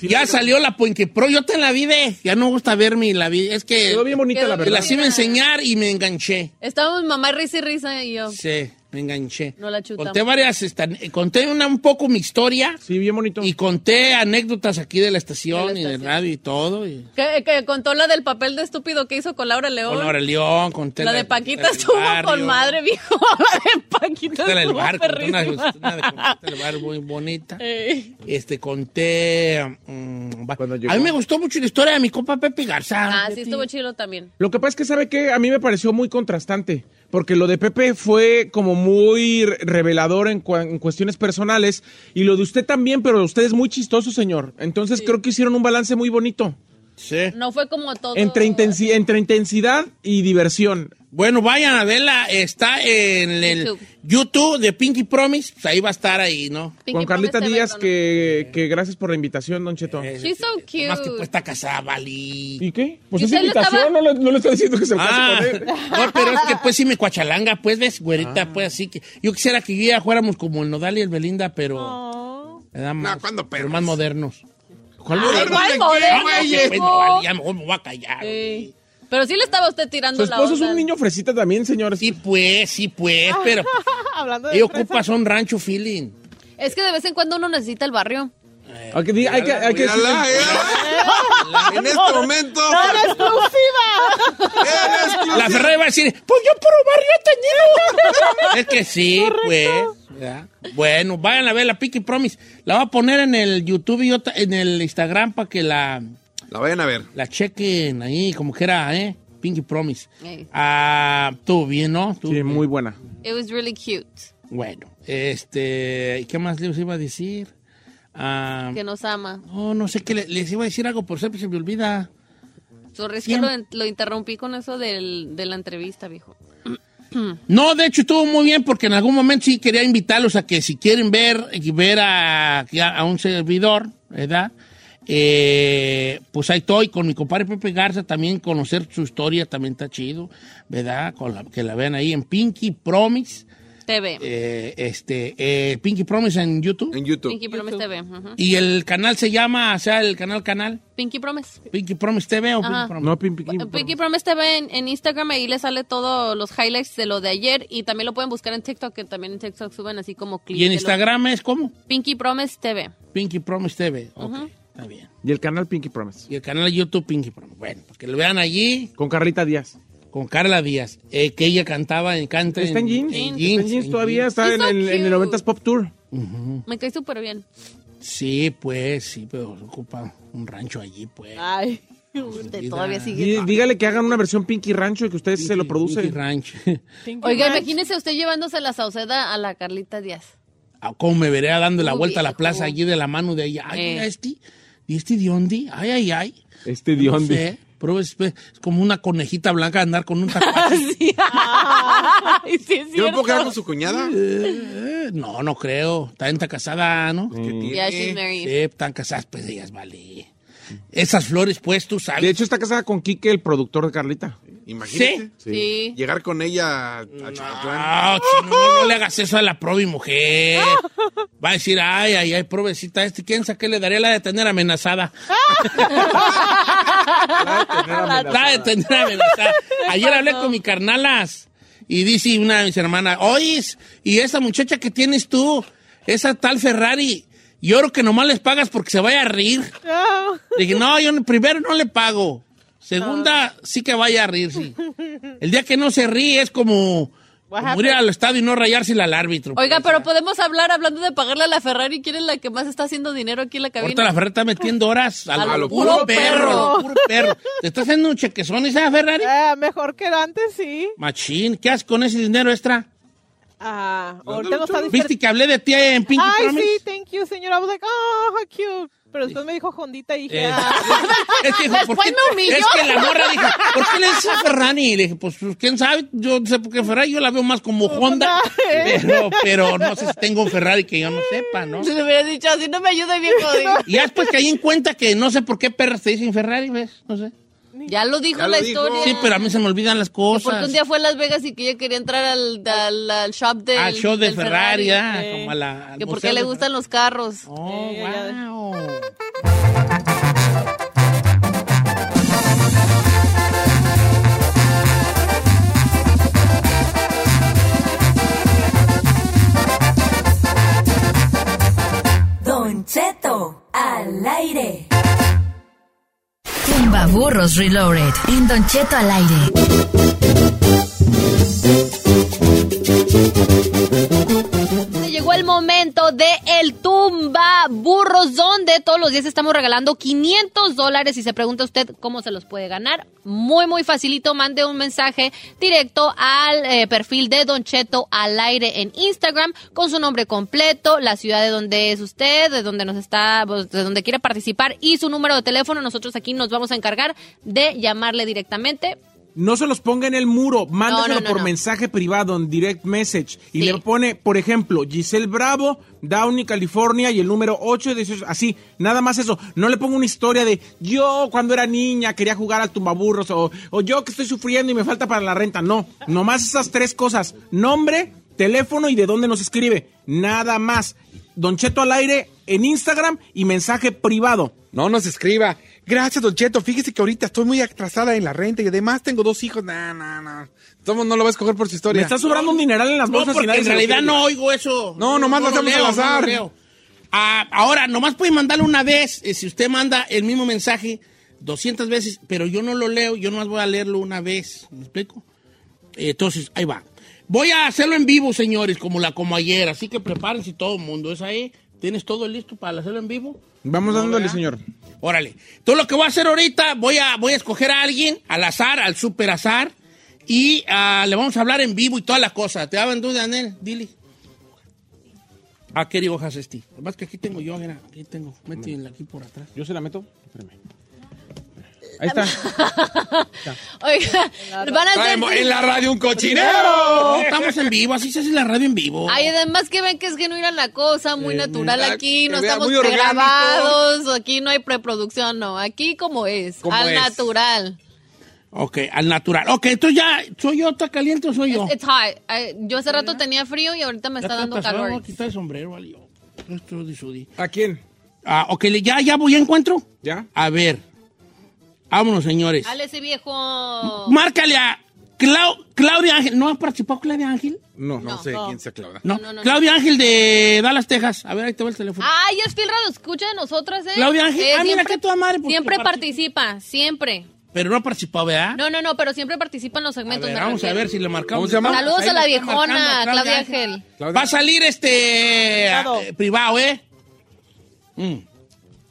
S3: Ya salió la Puenque Pro, yo te la vi de. Ya no me gusta verme la vi. Es que.
S5: Quedó bien bonita,
S6: Quedó
S5: la
S3: Me
S5: verdad.
S3: la iba a enseñar y me enganché.
S6: Estábamos mamá risa y risa y yo.
S3: Sí, me enganché.
S6: No la chutamos.
S3: Conté varias, estan- eh, conté una, un poco mi historia
S5: Sí, bien bonito.
S3: y conté anécdotas aquí de la estación,
S6: De la
S3: y de
S6: estación.
S3: radio y todo. Y
S6: Que, que contó la del papel de estúpido que hizo con Laura León.
S3: con Laura León, conté
S6: la de
S3: del-
S6: Paquita
S3: del
S6: estuvo
S3: barrio, Ah,
S6: con madre, viejo. La de Paquita
S3: Conté la del
S6: estuvo
S3: bar, conté una,
S6: perrísima.
S3: (laughs) una de Paquita del bar muy
S6: Eh.
S3: bonita.
S6: Ey.
S3: Este, conté. mm, va-
S5: Cuando llegó.
S3: a mí me gustó mucho la historia de mi compa Pepe Garza.
S6: Ah, sí, estuvo chido también.
S5: Lo que pasa es que, ¿sabe qué? A mí me pareció muy contrastante, porque lo de Pepe fue como muy re- revelador en, cua- en cuestiones personales, y lo de usted también, pero usted es muy chistoso, señor. Entonces creo que hicieron un balance muy bonito,
S3: Sí.
S6: No fue como todo.
S5: entre, intensi- entre intensidad y diversión.
S3: Bueno, vayan a verla. Está en el
S6: YouTube.
S3: YouTube, de Pinky Promise. Pues ahí va a estar ahí, ¿no?
S6: Pinky
S5: Con Carlita
S6: Promise
S5: Díaz,
S6: Everton.
S5: que, que gracias por la invitación, Don Cheto.
S6: She's so
S5: eh,
S6: cute.
S3: Más Eh, que pues está casada, Vali.
S5: ¿Y qué? Pues
S6: ¿Y
S5: es
S6: usted lo
S5: invitación,
S6: estaba-
S5: no, le, no le está diciendo que se case
S3: Ah,
S5: con él.
S3: no, pero es que pues sí me cuachalanga, pues ves, güerita, pues así que yo quisiera que ya fuéramos como el Nodal y el Belinda, pero
S4: Oh.
S3: me da más,
S2: ¿cuándo,
S3: pero
S2: perros?
S3: más modernos.
S5: ¿Cuál
S6: Ay,
S5: modelo?
S6: ¿cuál
S2: ¿de qué,
S6: modelo,
S2: güey?
S6: viejo?
S3: Pues, Nodal, ya mejor me voy a callar.
S6: Ey. Pero sí le estaba usted tirando
S5: Su
S6: la
S5: esposo es
S6: onda.
S5: un niño fresita también, señores.
S3: pues Sí, pues, sí, pues, pero
S4: (laughs) Hablando de
S3: ella
S4: fresa.
S3: ocupa son rancho feeling.
S6: Es que de vez en cuando uno necesita el barrio.
S5: Hay que, hay que, hay que decirle-
S2: Mírala, eh. En este momento.
S4: exclusiva!
S2: en exclusiva.
S3: La Ferrari va a decir, pues yo por barrio he tenido. (laughs) es que sí, pues. ¿verdad? Bueno, vayan a ver la Pinky Promise. La va a poner en el YouTube y otra- en el Instagram para que la,
S2: La vayan a ver.
S3: la chequen ahí, como que era, ¿eh? Pinky Promise.
S6: Ey.
S3: Ah, estuvo bien, ¿no? Estuvo
S5: Sí,
S3: bien.
S5: muy buena.
S6: It was really cute.
S3: Bueno, este, ¿qué más les iba a decir? Ah,
S6: Que nos ama.
S3: no, no sé qué le- les iba a decir algo, por siempre se me olvida.
S6: Sorry, es que lo, lo interrumpí con eso del, de la entrevista, viejo.
S3: No, de hecho estuvo muy bien porque en algún momento sí quería invitarlos a que si quieren ver, ver a, a un servidor, ¿verdad? Eh, pues ahí estoy con mi compadre Pepe Garza también, conocer su historia también está chido, ¿verdad? Con la- que la vean ahí en Pinky Promise,
S6: TV.
S3: eh, este, eh, Pinky Promise en YouTube.
S2: En YouTube.
S6: Pinky Promise TV. ujú.
S3: Y el canal se llama, o sea, el canal canal,
S6: Pinky Promise.
S3: Pinky Promise TV o Pinky
S6: Ajá.
S3: Promise.
S5: No, Pim, Pim, Pim,
S6: Pinky Promise TV en, en Instagram, ahí le sale todos los highlights de lo de ayer y también lo pueden buscar en TikTok, que también en TikTok suben así como clips.
S3: Y en
S6: de lo-
S3: Instagram es como
S6: Pinky Promise TV.
S3: Pinky Promise TV. Ok, está bien.
S5: Y el canal Pinky Promise.
S3: Y el canal de YouTube Pinky Promise. Bueno, pues que lo vean allí
S5: Con Carlita Díaz.
S3: con Carla Díaz, eh, que ella cantaba en Canta.
S5: Está en jeans.
S3: en
S5: Está en jeans
S3: en
S5: todavía.
S3: jeans.
S5: Está en,
S6: He's so
S5: el- en el
S6: cute.
S5: 90s Pop Tour.
S6: Me cae súper bien.
S3: Sí, pues, sí, pero ocupa un rancho allí, pues. (laughs)
S4: Ay.
S6: Usted todavía sigue.
S5: Dí- dígale que hagan una versión Pinky Rancho y que ustedes se lo
S3: Pinky
S5: producen.
S3: Rancho. (laughs)
S6: Oiga, imagínese usted llevándose la sauceda a la Carlita Díaz.
S3: Ah, ¿Cómo me vería dando la
S6: Uy,
S3: vuelta a la
S6: viejo.
S3: plaza allí de la mano de ella? Ay,
S6: Eh.
S3: mira este. ¿Y este de dónde? Ay, ay, ay.
S5: Este
S3: No
S5: dionde.
S3: sé, pero es, es como una conejita blanca andar con
S6: (laughs)
S3: un tacuache.
S6: Ay, sí, es
S2: ¿Yo me puedo quedar con su
S6: cierto.
S2: cuñada?
S3: Eh,
S6: (laughs)
S3: no, no creo. Está está casada, ¿no?
S2: ¿Qué tiene?
S6: Yeah, Mm. she's married.
S3: Sí, están casadas, pues ellas, vale. Esas flores, pues, tú sabes.
S5: De hecho, está casada con Quique, el productor de Carlita.
S2: Imagínate.
S6: Sí.
S2: Llegar con ella a
S3: No,
S2: Chicatlán.
S3: chino, no, no le hagas eso a la probi mujer. Va a decir, ay, ay, ay, provecita, este, ¿quién sabe qué le daría la de tener amenazada? La de tener amenazada. Ayer hablé con mi carnalas y dice una de mis hermanas, oís, y esa muchacha que tienes tú, esa tal Ferrari, yo creo que nomás les pagas porque se vaya a reír.
S4: No.
S3: Le dije, no, yo no- primero no le pago. Segunda, sí que vaya a reír, sí. El día que no se ríe es como,
S4: What
S6: Ah,
S3: como
S6: pues.
S3: ir al estadio y no rayársela al árbitro.
S6: Oiga,
S3: pues.
S6: pero podemos hablar hablando de pagarle a la Ferrari. ¿Quién es la que más está haciendo dinero aquí en la cabina?
S3: Ahorita la
S6: (laughs)
S3: Ferrari está metiendo horas a lo,
S6: A lo
S3: a lo puro,
S6: puro
S3: perro. puro perro. ¿Te está haciendo un chequezón esa Ferrari?
S4: Eh, mejor que antes, sí.
S3: Machín, ¿qué haces con ese dinero extra?
S4: Ah, ahorita no está
S3: ¿Viste que hablé de ti en Pinky
S4: Ay,
S3: Promise?
S4: sí, thank you, señor. I was like, oh, how cute. Pero después me dijo Jondita y dije,
S3: Eh,
S4: ah,
S3: (laughs) Es que, dijo, ¿por
S4: Después
S3: qué-
S4: me humilló.
S3: Es que la morra dijo, ¿por qué le decís Ferrari? Y le dije, pues, pues, quién sabe, yo sé por qué Ferrari, yo la veo más como
S6: pues,
S3: Honda,
S9: ¿eh?
S3: pero, pero no sé si tengo un Ferrari que yo no sepa, ¿no?
S9: Se me hubiera dicho así, no me ayuda bien,
S3: (laughs)
S9: jodido.
S3: Y ya después caí en cuenta que no sé por qué perras te dicen Ferrari, ¿ves? No sé.
S6: Ya lo dijo la historia.
S3: Sí, pero a mí se me olvidan las
S6: Porque
S3: cosas.
S6: un día fue a Las Vegas y que ella quería entrar al, al- al shop del,
S3: Al show de
S6: del
S3: Ferrari, ah,
S6: Sí.
S3: como a la. al
S6: Que
S3: museo
S6: porque le
S3: de
S6: gustan los carros.
S3: Oh,
S10: Don Cheto al aire.
S11: Tumba Burros Reloaded. En Don Cheto al aire.
S6: Llegó el momento de el tumba burros donde todos los días estamos regalando 500 dólares y se pregunta usted cómo se los puede ganar. Muy muy facilito, mande un mensaje directo al eh, perfil de Don Cheto al aire en Instagram con su nombre completo, la ciudad de donde es usted, de donde nos está, pues, de donde quiere participar y su número de teléfono. Nosotros aquí nos vamos a encargar de llamarle directamente
S5: No se los ponga en el muro, mándaselo
S6: No, no, no,
S5: por
S6: no.
S5: mensaje privado, en direct message. Y le pone, por ejemplo, Giselle Bravo, Downey, California, y el número 818, así, nada más eso. No le ponga una historia de yo cuando era niña quería jugar al tumbaburros, o, o yo que estoy sufriendo y me falta para la renta. No, nomás esas tres cosas, nombre, teléfono y de dónde nos escribe. Nada más. Don Cheto al aire en Instagram y mensaje privado.
S2: No nos escriba. Gracias, Don Cheto. Fíjese que ahorita estoy muy atrasada en la renta y además tengo dos hijos. No, no, no. Tomo, no lo vas a coger por su historia.
S5: Me está sobrando un dineral en las
S2: No,
S5: bolsas. y
S2: porque
S5: nadie
S2: en
S5: se lo
S2: realidad
S5: quiere.
S3: no oigo eso.
S2: No, nomás lo hacemos
S3: leo,
S2: al
S3: no
S2: azar.
S3: lo leo. Ah, ahora, nomás puede mandarlo una vez. eh, si usted manda el mismo mensaje 200 veces, pero yo no lo leo, yo nomás voy a leerlo una vez. ¿Me explico? Eh, Entonces, ahí va. Voy a hacerlo en vivo, señores, como la como ayer. Así que prepárense todo el mundo. ¿Es ahí? ¿Tienes todo listo para hacerlo en vivo?
S5: Vamos
S3: No,
S5: dándole,
S3: ¿verdad?
S5: señor.
S3: Órale. Todo lo que voy a hacer ahorita, voy a, voy a escoger a alguien al azar, al super azar, y ah, le vamos a hablar en vivo y toda la cosa. ¿Te daban duda, Nel? Dile. ¿A qué hojas es ti? Además que aquí tengo yo, mira, aquí tengo. Métela aquí por atrás.
S5: ¿Yo se la meto? Ahí está.
S6: Oiga, van a hacer-
S3: No, estamos en vivo, así se hace la radio en vivo.
S6: Ay, además que ven que es genuina la cosa, muy natural
S3: ah,
S6: aquí,
S3: que
S6: no
S3: vea,
S6: estamos
S3: muy orgánico.
S6: pregrabados, aquí no hay preproducción, no, aquí como es,
S3: Como
S6: al
S3: es.
S6: natural.
S3: Ok, al natural. Ok, entonces ya, ¿soy yo? ¿Está caliente o soy yo?
S6: It's hot. Ay, Yo hace rato tenía frío y ahorita me Este está dando calor.
S3: Quita el sombrero, valió. Esto disudí.
S5: ¿A quién?
S3: Ah, ok, le- ya, ya voy, ya encuentro.
S5: Ya.
S3: A ver. Vámonos, señores.
S6: Dale ese viejo.
S3: Márcale a Clau- Claudia Ángel. ¿No ha participado Claudia Ángel?
S5: No,
S2: no, sé quién sea Claudia.
S3: No,
S6: no, no.
S3: Claudia Ángel de Dallas, Texas. A ver, ahí te va el teléfono.
S6: Ay, es fiel radio, escucha de nosotras, ¿eh?
S3: Claudia Ángel.
S6: Eh,
S3: Ah, mira,
S6: siempre-
S3: que tu madre. porque
S6: Siempre participa, siempre.
S3: Pero no ha participado, ¿verdad?
S6: No, no, no, pero siempre participa en los
S3: Ah.
S6: segmentos.
S3: A ver,
S6: me
S3: vamos a
S6: refiero.
S3: ver si le marcamos.
S6: Saludos
S3: Ahí
S6: a la
S3: le está
S6: viejona,
S3: marcando a
S6: Claudia Ángel.
S3: Va a salir este eh, privado, ¿eh? Mm.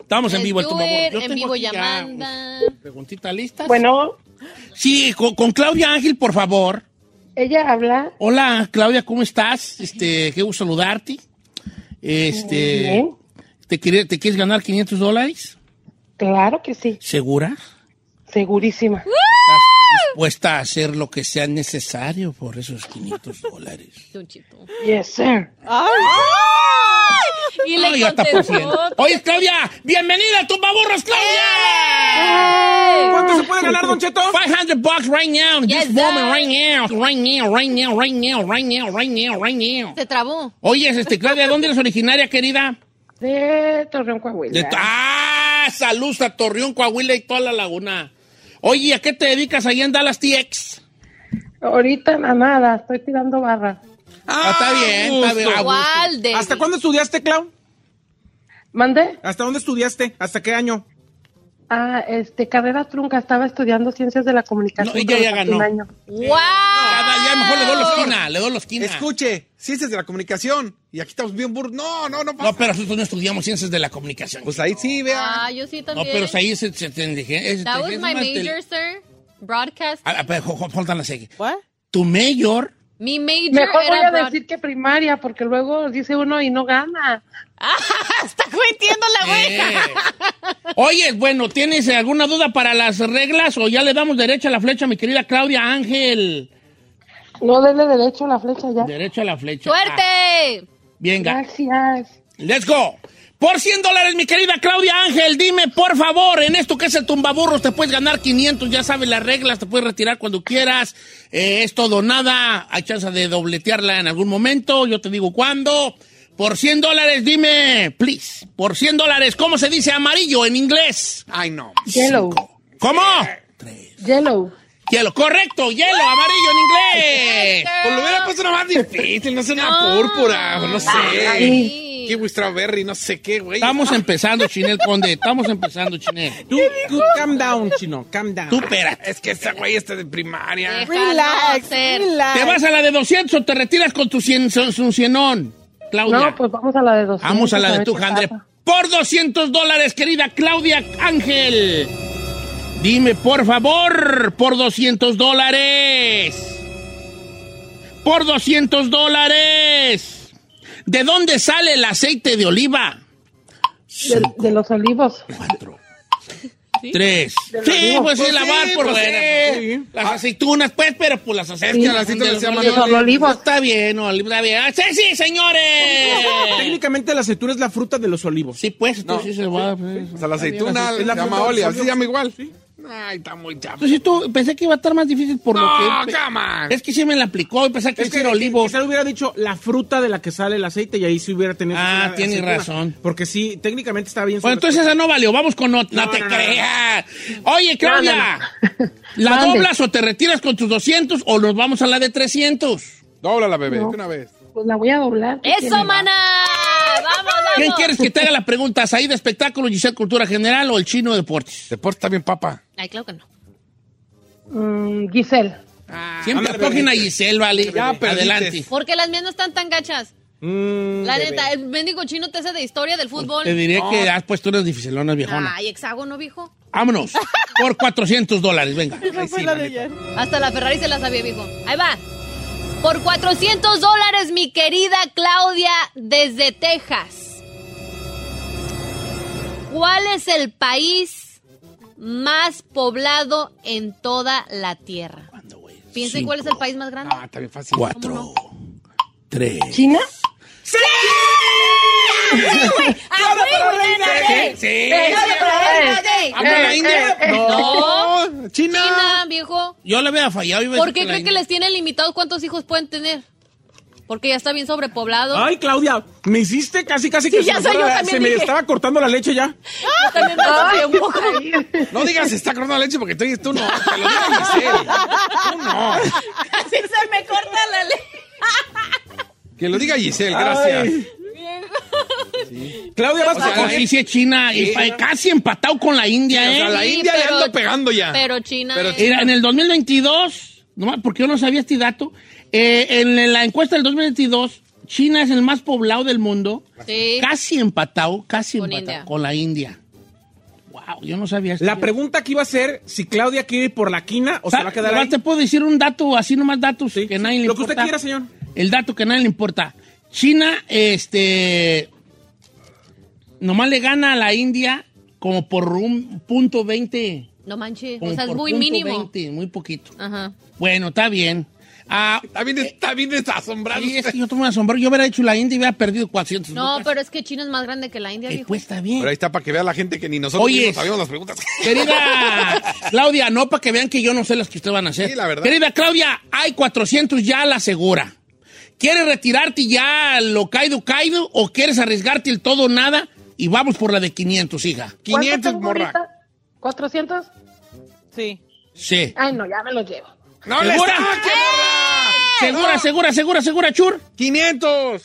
S3: Estamos en vivo el
S6: Stuart,
S3: tumor.
S6: en vivo
S3: pues.
S6: llamada.
S3: Preguntita lista.
S12: Bueno.
S3: Sí, con, con Claudia Ángel, por favor.
S12: Ella habla.
S3: Hola, Claudia, ¿cómo estás? Este, qué gusto saludarte. Este, ¿te, quiere- ¿te quieres ganar 500 dólares?
S12: Claro que sí.
S3: ¿Segura?
S12: Segurísima.
S3: Puesta a hacer lo que sea necesario por esos 500 dólares.
S12: Yes, sir.
S6: Y le
S3: Ay, ya está por cien.
S6: contestó.
S3: Oye, Claudia, bienvenida a Tumbaburros,
S6: Claudia.
S3: ¿Cuánto
S5: se puede ganar, Don Cheto?
S3: 500 bucks right now, in this
S6: Yes,
S3: moment,
S6: sir.
S3: right now, right now, right now, right now, right now, right now, right now.
S6: Se trabó.
S3: Oye, este, Claudia, ¿dónde eres originaria, querida?
S12: De Torreón, Coahuila.
S3: De- ah, saludos a Torreón, Coahuila y toda la laguna. Oye, ¿a qué te dedicas ahí en Dallas TX?
S12: Ahorita a nada, estoy tirando barra.
S3: Ah, está bien, está bien. a gusto.
S5: ¿Hasta cuándo estudiaste, Clau?
S12: ¿Mandé?
S5: ¿Hasta dónde estudiaste? ¿Hasta qué año?
S12: Ah, este, carrera trunca, estaba estudiando ciencias de la comunicación.
S5: No, ella
S12: pero
S5: ya
S12: hace un
S5: ganó.
S12: año.
S6: ¡Wow!
S2: Ya, mejor le doy los
S3: quina, le doy los quina.
S2: Escuche, ciencias de la comunicación. Y aquí estamos bien burros. No, no, no pasa.
S3: No, pero nosotros no estudiamos ciencias de la comunicación.
S2: Pues ahí sí, vea.
S6: Ah, yo sí
S3: No,
S6: también.
S3: pero es ahí se, se, se, se-
S6: That was
S3: es
S6: my
S3: más tele-
S6: major, sir. Broadcast.
S3: Ah, ah, pero, jo- jo- hold on a second. Tu mayor
S6: Mi major
S12: Mejor voy
S6: era
S12: a
S6: broad-
S12: decir que primaria, porque luego dice uno y no gana.
S6: Ah, (laughs) Está mintiendo la
S3: güey. Oye, bueno, ¿tienes alguna duda para las reglas o ya le damos derecha a la flecha, mi querida Claudia Ángel?
S12: No, denle derecho a la flecha ya.
S3: Derecho a la flecha.
S6: ¡Suerte!
S3: Ah, venga,
S12: Gracias.
S3: let's go. Por 100 dólares, mi querida Claudia Ángel, dime, por favor, en esto que es el tumbaburros, te puedes ganar 500, ya sabes las reglas, te puedes retirar cuando quieras, eh, es todo o nada, hay chance de dobletearla en algún momento, yo te digo cuándo. Por 100 dólares, dime, please, por 100 dólares, ¿cómo se dice amarillo en inglés? Ay, no.
S12: Yellow.
S3: ¿Cómo?
S12: Yellow.
S3: Hielo, correcto, hielo, amarillo en inglés.
S2: Pues lo hubiera puesto una más difícil, no sé, una púrpura, Ah.
S12: Ah.
S2: o no sé.
S3: Ay.
S2: Kiwi strawberry, no sé qué, güey.
S3: Estamos empezando, Chinel Conde, estamos empezando, Chinel.
S5: Tú, tú calm down, chino, calm down.
S3: Tú, espérate.
S2: Es que esa güey está de primaria.
S4: Relax, relax.
S3: ¿Te vas a la de 200 o te retiras con tu cien, son- son cienón, Claudia?
S12: No, pues vamos a la de dos.
S3: Vamos a la de tu, Jandre. Por 200 dólares, querida Claudia Ángel. Dime, por favor, por 200 dólares. Por 200 dólares. ¿De dónde sale el aceite de oliva?
S12: De, de los olivos.
S3: Tres.
S12: De los
S3: Sí,
S12: olivos.
S3: pues sí, lavar por
S2: pues,
S3: fuera.
S2: sí.
S3: Pues, Las aceitunas, pues, pero pues las aceitunas.
S2: que a las aceitunas se llaman
S3: olivos.
S12: olivos.
S3: Está bien, olivos, está bien. Ah, sí, sí, señores.
S5: Técnicamente la aceituna es la fruta de los olivos.
S3: Sí, pues,
S2: No.
S3: entonces sí se va. pues.
S2: O sea, la aceituna
S5: Es
S2: se
S5: la
S2: llama
S5: fruta de
S2: Olia,
S5: los
S2: se llama igual. Ay, está muy chapa.
S3: Entonces tú, pensé que iba a estar más difícil por
S2: No,
S3: lo que...
S2: cama.
S3: Es que sí me la aplicó y pensé que
S5: Es
S3: es
S5: que
S3: era olivo.
S5: quizá hubiera dicho la fruta de la que sale el aceite y ahí sí hubiera tenido.
S3: Ah,
S5: una
S3: tiene
S5: aceituna.
S3: razón.
S5: Porque sí, técnicamente está bien.
S3: Bueno, entonces esa no valió. Vamos con otra. No,
S5: No,
S3: te
S5: no, no.
S3: creas. Oye, Claudia,
S2: (laughs)
S3: ¿la
S12: Mande.
S3: doblas o te retiras con tus 200 o nos vamos a la de 300?
S2: Dóblala, bebé,
S12: No.
S2: de una vez.
S12: Pues la voy a doblar. ¿qué
S6: ¡Eso,
S12: tiene?
S6: mana! ¡Vamos, vamos!
S3: ¿Quién quieres que te haga la pregunta? ¿Saí de espectáculo, Giselle Cultura General o el chino Deportes?
S2: Deporte también, papa.
S6: Ay, claro que no.
S12: Mm, Giselle.
S6: Ah.
S3: Siempre escogen a Giselle, vale.
S2: Ya perdiste.
S3: Adelante.
S6: Porque las mías no están tan gachas. la neta, el mendigo chino te hace de historia del fútbol.
S3: Mm, Te diré que has puesto unas dificilonas, viejona.
S6: Ay, hexágono, viejo.
S3: (laughs) Vámonos. Por 400 dólares, venga.
S4: Esa fue la de ayer.
S6: Hasta la Ferrari se la sabía, viejo. Ahí va. Por 400 dólares, mi querida Claudia, desde Texas. ¿Cuál es el país más poblado en toda la Tierra? Piensen cuál es el país más grande.
S2: Ah, está bien fácil.
S3: Cuatro. Tres. (laughs)
S12: ¿China?
S6: ¡Ah, güey, güey,
S3: Sí, Eh,
S6: espérate!
S3: sí.
S6: Espérate.
S3: ¿Habla la India?
S6: No.
S2: No, China.
S6: China, viejo.
S3: Yo le había fallado. iba a
S6: ¿Por
S3: decir
S6: qué
S3: la
S6: creen que
S3: India.
S6: les tienen limitados cuántos hijos pueden tener? Porque ya está bien sobrepoblado.
S5: Ay, Claudia, me hiciste casi, casi que
S9: ya
S5: me
S9: soy yo
S5: fuera-
S9: también
S5: se me
S9: dije.
S5: estaba cortando la leche ya.
S9: Yo
S3: (laughs)
S9: también me un poco.
S2: No digas está cortando leche porque tú, tú no. Te lo digo a Giselle. Tú no.
S9: Así se me corta la ley.
S2: Que lo diga Giselle, gracias.
S5: Claudia, vas
S2: O sea,
S5: a
S3: Ah,
S5: coger.
S3: sí, sí, es China. y pa- casi empatado con la India,
S2: O
S3: ¿eh?
S2: sea, la
S6: Sí,
S2: India
S6: pero-
S2: le ando pegando ya.
S6: Pero China.
S2: Pero
S6: es-
S2: China-
S3: Era en el 2022, nomás porque yo no sabía este dato, eh, en la encuesta del 2022, China es el más poblado del mundo,
S6: Sí.
S3: casi empatado, casi
S6: Con
S3: empatado
S6: India.
S3: con la India. Wow, yo no sabía esto.
S5: La (laughs) pregunta que iba a ser si Claudia quiere ir por la quina o se va a quedar
S3: Nomás
S5: ahí.
S3: te puedo decir un dato, así nomás datos
S5: Sí,
S3: que
S5: sí,
S3: nadie le
S5: lo que usted
S3: importa.
S5: quiera, señor.
S3: El dato que a nadie le importa. China, este, nomás le gana a la India como por un punto 20.
S6: No manches.
S3: como
S6: O sea, es
S3: por
S6: muy
S3: punto
S6: mínimo.
S3: 20, muy poquito.
S6: Ajá.
S3: Bueno, está bien. Ah,
S2: Está bien, está bien asombrado.
S3: sí, es que yo tomo un asombro. Yo hubiera hecho la India y hubiera perdido 400.
S6: No, pero es que China es más grande que la India,
S3: Eh,
S6: viejo.
S3: pues está bien.
S2: Pero ahí está para que vea la gente que ni nosotros
S3: Oye.
S2: mismos sabíamos
S3: (laughs)
S2: las preguntas.
S3: Querida Claudia, no para que vean que yo no sé las que ustedes van a hacer.
S2: Sí, la verdad.
S3: Querida Claudia, hay 400 ya a la segura. ¿Quieres retirarte ya lo caído caído o quieres arriesgarte el todo o nada? Y vamos por la de 500, hija.
S12: ¿Cuánto
S2: 500
S12: tengo
S2: morra.
S12: ahorita? ¿400?
S4: Sí.
S3: Sí.
S12: Ay, no, ya me los llevo.
S2: No le
S3: ¿Segura?
S2: saque, morra.
S3: Segura, segura, segura, segura, chur.
S2: 500.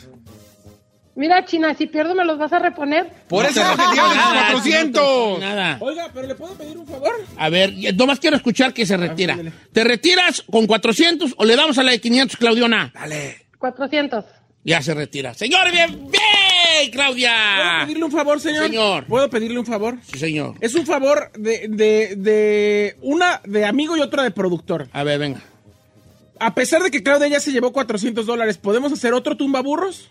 S12: Mira, China, si pierdo, ¿me los vas a reponer?
S2: Por
S3: No
S2: eso
S3: te
S2: te
S3: repites
S2: dieron los
S3: nada, Ah, no
S2: 400.
S3: te repites Nada.
S5: Oiga, pero ¿le puedo pedir un favor?
S3: A ver, y- nomás quiero escuchar que se retira. ¿Te retiras con 400 o le damos a la de 500, Claudiona?
S2: Dale.
S12: 400.
S3: Ya se retira. Señor, bien, bien,
S5: ¿Puedo
S3: Claudia.
S5: pedirle un favor, señor?
S3: Señor.
S5: ¿Puedo pedirle un favor?
S3: Sí, señor.
S5: Es un favor de, de, de una de amigo y otra de productor.
S3: A ver, venga.
S5: A pesar de que Claudia ya se llevó 400 dólares, ¿podemos hacer otro tumbaburros?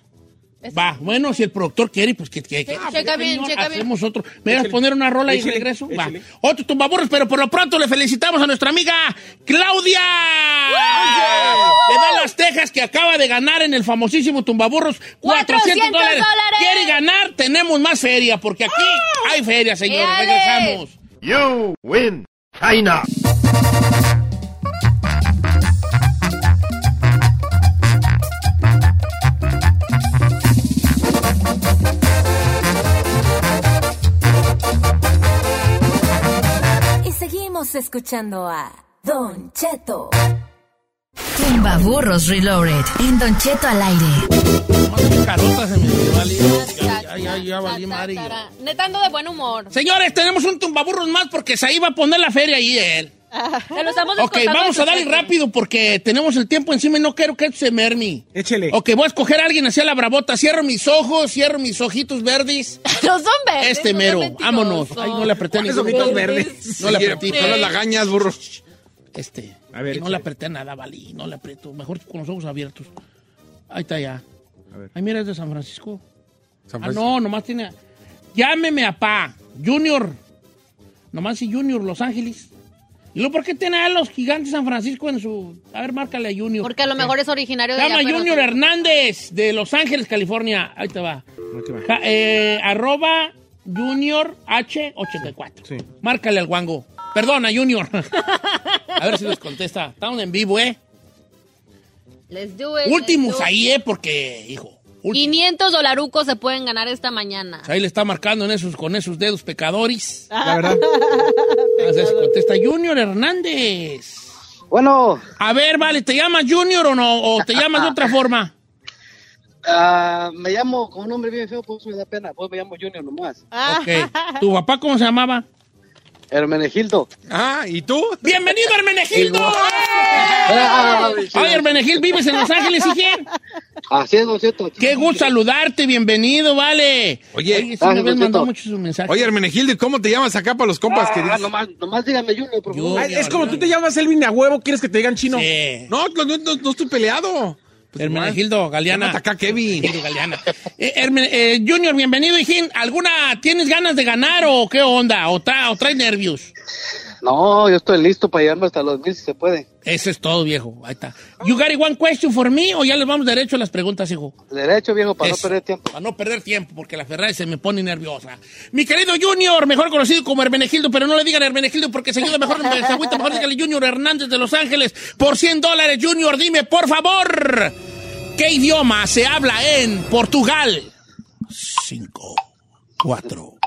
S3: Va, bueno, si el productor quiere, pues que... que- que-
S6: Checa bien,
S3: señor,
S6: checa bien.
S3: Hacemos otro. ¿Me vas a poner una rola y
S5: Échale,
S3: regreso? Va.
S5: échale.
S3: Otro tumbaburros, pero por lo pronto le felicitamos a nuestra amiga Claudia de Dallas, Texas, que acaba de ganar en el famosísimo tumbaburros 400 dólares.
S9: dólares.
S3: Quiere ganar, tenemos más feria, porque aquí
S6: ¡Oh!
S3: hay feria, señores.
S9: ¡Éale!
S3: Regresamos.
S13: You win, China.
S10: Y seguimos escuchando a Don Cheto.
S11: Tumba Burros Reloaded. En Don Cheto al aire.
S3: Carota se me valió. Ya, ya, ya, ya valí madre.
S6: Neta ando de buen (laughs) humor.
S3: Señores, tenemos un tumbaburros más porque se iba a poner la feria ahí él.
S6: Se lo estamos
S3: Ok,
S6: descontando
S3: vamos
S6: de
S3: a
S6: su
S3: darle
S6: cheque.
S3: rápido porque tenemos el tiempo encima y no quiero que esto se merme.
S5: Échele.
S3: Ok, voy a escoger a alguien hacia la bravota. Cierro mis ojos, cierro mis ojitos
S6: (laughs)
S3: verdes.
S6: No son verdes.
S3: Este
S6: no
S3: mero,
S6: son mentirosos.
S3: vámonos. Ay, no le apreté a
S2: ¿Cuáles
S3: ningún
S2: ojitos
S3: botón.
S2: verdes?
S3: No le
S2: Sí,
S3: apreté.
S2: no las lagañas, burro.
S3: Este.
S2: A ver,
S3: no le apreté nada, Vali. No le aprieto. Mejor con los ojos abiertos. Ahí está ya. Ay, mira, es de San Francisco.
S2: San
S3: Ah,
S2: Francisco.
S3: no, nomás tiene. Llámeme a Pa. Junior. Nomás si Junior, Los Ángeles. ¿Y luego por qué tiene a los gigantes San Francisco en su. A ver, márcale a Junior.
S6: Porque a lo mejor es originario de
S3: Llama
S6: allá, pero-
S3: Junior Hernández de Los Ángeles, California. Ahí te va. Ja- eh, arroba Junior H84. Márcale al guango. Perdona,
S6: (laughs)
S3: Junior. a ver si les contesta. Estamos en vivo, ¿eh?
S6: Let's do it, let's
S3: Últimos
S6: do it.
S3: ahí, ¿eh? Porque, hijo. últimos.
S6: 500 dolarucos se pueden ganar esta mañana. (gasps)
S3: Ahí le está marcando en esos, con esos dedos pecadores. (laughs)
S6: La verdad.
S3: A ver si contesta Junior Hernández.
S14: Bueno.
S3: A ver, vale, ¿te llamas Junior o no? ¿O te llamas
S14: (laughs)
S3: de otra forma?
S14: Ah, me llamo con un nombre bien feo, pues me da pena. Pues me llamo Junior nomás.
S9: Ah.
S3: Ok. ¿Tu papá cómo se llamaba?
S14: Hermenegildo.
S3: Ah, ¿y tú? ¡Bienvenido, Hermenegildo!
S14: Igual.
S3: Ay, Hermenegildo, ¿vives en Los Ángeles, hijín?
S14: Así es, don Cheto.
S3: Qué gusto saludarte, bienvenido, vale. sí,
S2: Oye,
S3: una vez mandó muchos mensajes.
S2: Oye, Hermenegildo, ¿y cómo te llamas acá para los compas que dices?
S14: Ah, nomás, nomás dígame Junior, por favor.
S5: Ah, es como tú te llamas Elvin a huevo, ¿quieres que te digan chino?
S2: No, no, no, no, no estoy peleado.
S3: Hermenegildo, Galeana.
S2: Llámate acá, Kevin.
S3: Galeana. Eh, Hermen- eh, Junior, bienvenido, hijín. ¿Alguna tienes ganas de ganar o qué onda? ¿O, tra- o traes nervios?
S14: No, yo estoy listo para llevarme hasta los mil si se puede.
S3: Eso es todo, viejo. Ahí está. ¿You got one question for me o ya les vamos derecho a las preguntas, hijo?
S14: Derecho, viejo, para
S3: Eso.
S14: no perder tiempo.
S3: Para no perder tiempo, porque la Ferrari se me pone nerviosa. Mi querido Junior, mejor conocido como Hermenegildo, pero no le digan Hermenegildo porque se ayuda mejor, se agüita mejor dígale Junior Hernández de Los Ángeles por 100 dólares. Junior, dime, por favor, ¿qué idioma se habla en Portugal? Cinco, cuatro,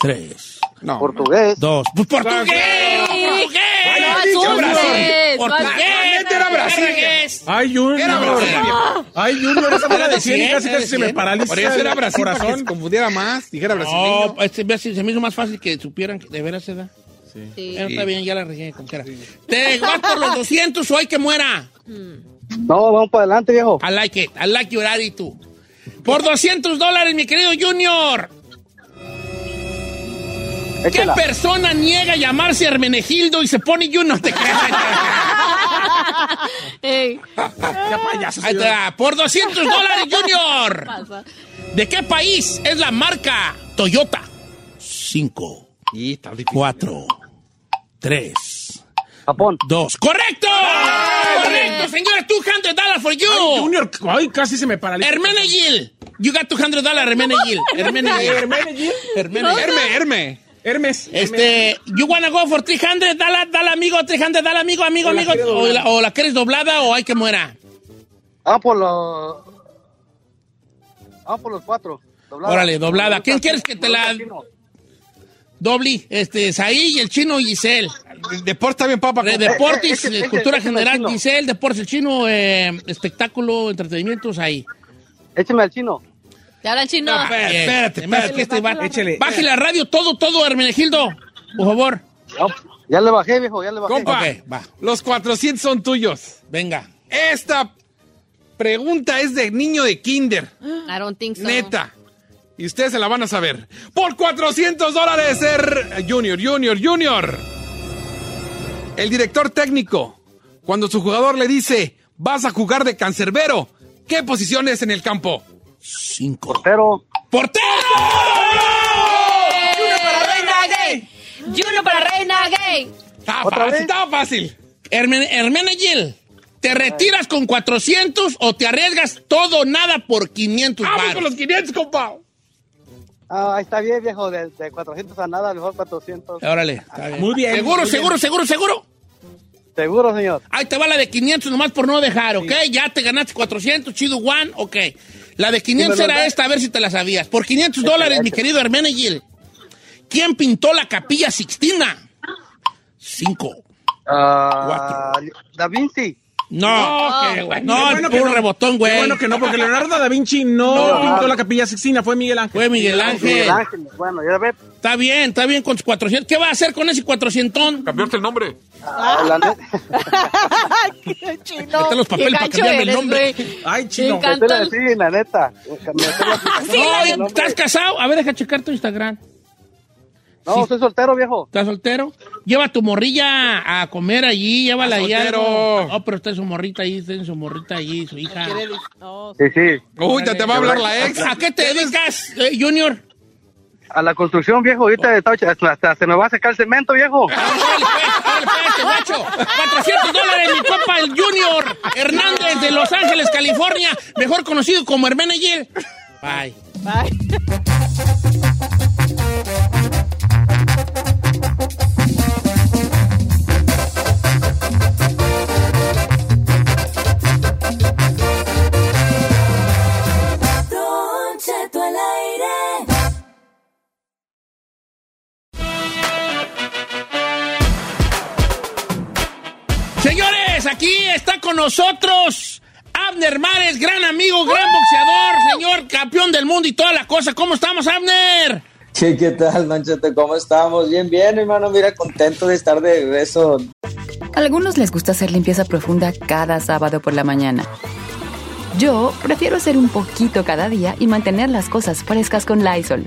S3: tres. No.
S14: Portugués.
S3: Dos. Pues portugués.
S9: ¡Portugués!
S3: Vaya,
S9: ¡No
S3: dicho
S9: asustes!
S3: Brasil.
S9: ¡No
S3: Portugués.
S9: asustes!
S3: Era Brasil.
S5: Ay, Junior.
S3: Era Brasil.
S5: Ay, Junior, esa manera de cien y casi casi se me paraliza.
S2: Por eso era
S5: el
S2: Brasil, para que
S5: corazón.
S2: se confundiera más, dijera brasileño.
S3: No, este, ve, se se me hizo más fácil que supieran que de veras se da. Sí. Bueno, está bien, ya la regué como quiera. Te vas por los 200 o hay que muera.
S9: Mm. (laughs)
S14: No, vamos para adelante, viejo.
S3: I like it. I like your attitude. Por 200 dólares, mi querido Junior.
S14: Échala.
S3: ¿Qué persona niega llamarse Hermenegildo y se pone Junior? Te
S14: (laughs)
S6: Ey.
S3: payaso. Ahí te va. Por 200 dólares, Junior.
S6: Pasa.
S3: ¿De qué país es la marca Toyota? Cinco. Cuatro. Tres.
S14: Japón.
S3: Dos. ¡Correcto! ¡Correcto, señores! ¡200 dólares for you!
S5: Ay, Junior, ay, casi se me paraliza.
S3: Hermenegil. You got 200 dólares, (laughs) Hermenegil. Hermenegil.
S5: Hermenegil.
S3: Hermenegil.
S5: Herme,
S3: Herme.
S5: Hermes.
S3: Este, you wanna go for 300, dala, dala amigo, 300, dala amigo, amigo,
S14: O la
S3: amigo.
S14: quieres
S3: O la,
S14: doblada.
S3: o la quieres doblada o hay que muera.
S14: Ah, por los. Ah, por los cuatro. Doblada.
S3: Órale, doblada. ¿Quién quieres que te la dobli? Este, Saí, el chino y Giselle.
S2: Deporte también, papá.
S3: De deportes,
S2: Ese- ese-
S3: eh, cultura
S2: ese-
S3: general,
S2: ese-
S3: Giselle, deportes, el chino, eh, espectáculo, entretenimientos, ahí.
S14: Écheme al chino.
S6: ¿Te hablan chino?
S3: Ah, espérate, espérate.
S5: Échele.
S3: Baje la radio todo, todo, Hermenegildo, por favor.
S14: Ya le bajé, viejo, ya le bajé.
S2: Compa,
S3: Ok, va.
S2: los 400 son tuyos.
S3: Venga.
S2: Esta pregunta es de niño de kinder.
S6: I don't think so.
S2: Neta. Y ustedes se la van a saber. Por 400 dólares, ser Junior, Junior, Junior. El director técnico Cuando su jugador le dice, vas a jugar de cancerbero, ¿qué posición es en el campo?
S3: Cinco.
S2: Portero. ¡Portero!
S3: ¡Oh!
S9: ¡Juno para Reina Gay!
S6: ¡Juno para Reina Gay!
S3: Está
S2: ¿Otra
S3: fácil,
S2: vez?
S3: está fácil. Hermen- Hermenegil, ¿te retiras con 400 o te arriesgas todo o nada por 500 ¡Vamos con los 500, compa!
S14: Ah, está bien, viejo, de, de 400 a nada, mejor 400.
S3: Órale, está bien. Muy bien, Eh, Seguro, muy seguro, bien. seguro, seguro.
S14: Seguro, señor.
S3: Ahí te va la de 500 nomás por no dejar, ¿ok? Ya te ganaste 400, chido one, ok. La de 500
S14: Sí, me lo
S3: era
S14: da.
S3: esta, a ver si te la sabías. Por 500 dólares, mi querido Hermenegil. ¿Quién pintó la capilla Sixtina? Cinco. Ah. Cuatro.
S14: Da Vinci.
S3: No,
S5: Ah,
S3: qué bueno.
S5: qué
S3: No,
S5: bueno que
S3: puro
S5: no.
S3: rebotón, güey.
S5: Qué bueno que
S3: (laughs)
S5: no, porque Leonardo da Vinci no,
S3: No.
S5: pintó la capilla Sixtina, fue Miguel Ángel.
S3: Fue Miguel Ángel.
S14: Bueno, ya ves.
S3: Está bien, está bien con tus 400. ¿Qué va a hacer con ese 400? Cambiarte el nombre.
S14: Ah,
S9: (laughs) ¡Qué chino!
S3: Vete a los papeles para cambiarme el nombre. Ay,
S9: Me encanta.
S14: Meterle así, la neta.
S3: (laughs) Sí, no, ¿Estás casado? A ver, deja checar tu Instagram.
S14: No, soy soltero, viejo.
S3: ¿Estás soltero? Lleva tu morrilla a comer allí, llévala allí.
S2: soltero.
S3: algo. No, pero está su morrita ahí, está su morrita allí, su hija.
S14: Sí, sí.
S2: Uy, ya te va a hablar la ex.
S3: ¿A qué te dedicas, eh, Junior?
S14: A la construcción, viejo, ahorita está- hasta, hasta se nos va a secar el cemento,
S2: (laughs)
S14: viejo.
S3: ¡Órale, pues, este macho! ¡400 dólares, mi papá, el Junior Hernández de Los Ángeles, California, mejor conocido como Hermenegil. Bye.
S9: Bye.
S10: Don Cheto al aire.
S3: Señores, aquí está con nosotros Abner Mares, gran amigo, gran boxeador, señor campeón del mundo y toda la cosa. ¿Cómo estamos, Abner?
S15: Che, ¿qué tal, Don Cheto? ¿Cómo estamos? Bien, bien, hermano. Mira, contento de estar de regreso.
S16: A algunos les gusta hacer limpieza profunda cada sábado por la mañana. Yo prefiero hacer un poquito cada día y mantener las cosas frescas con Lysol.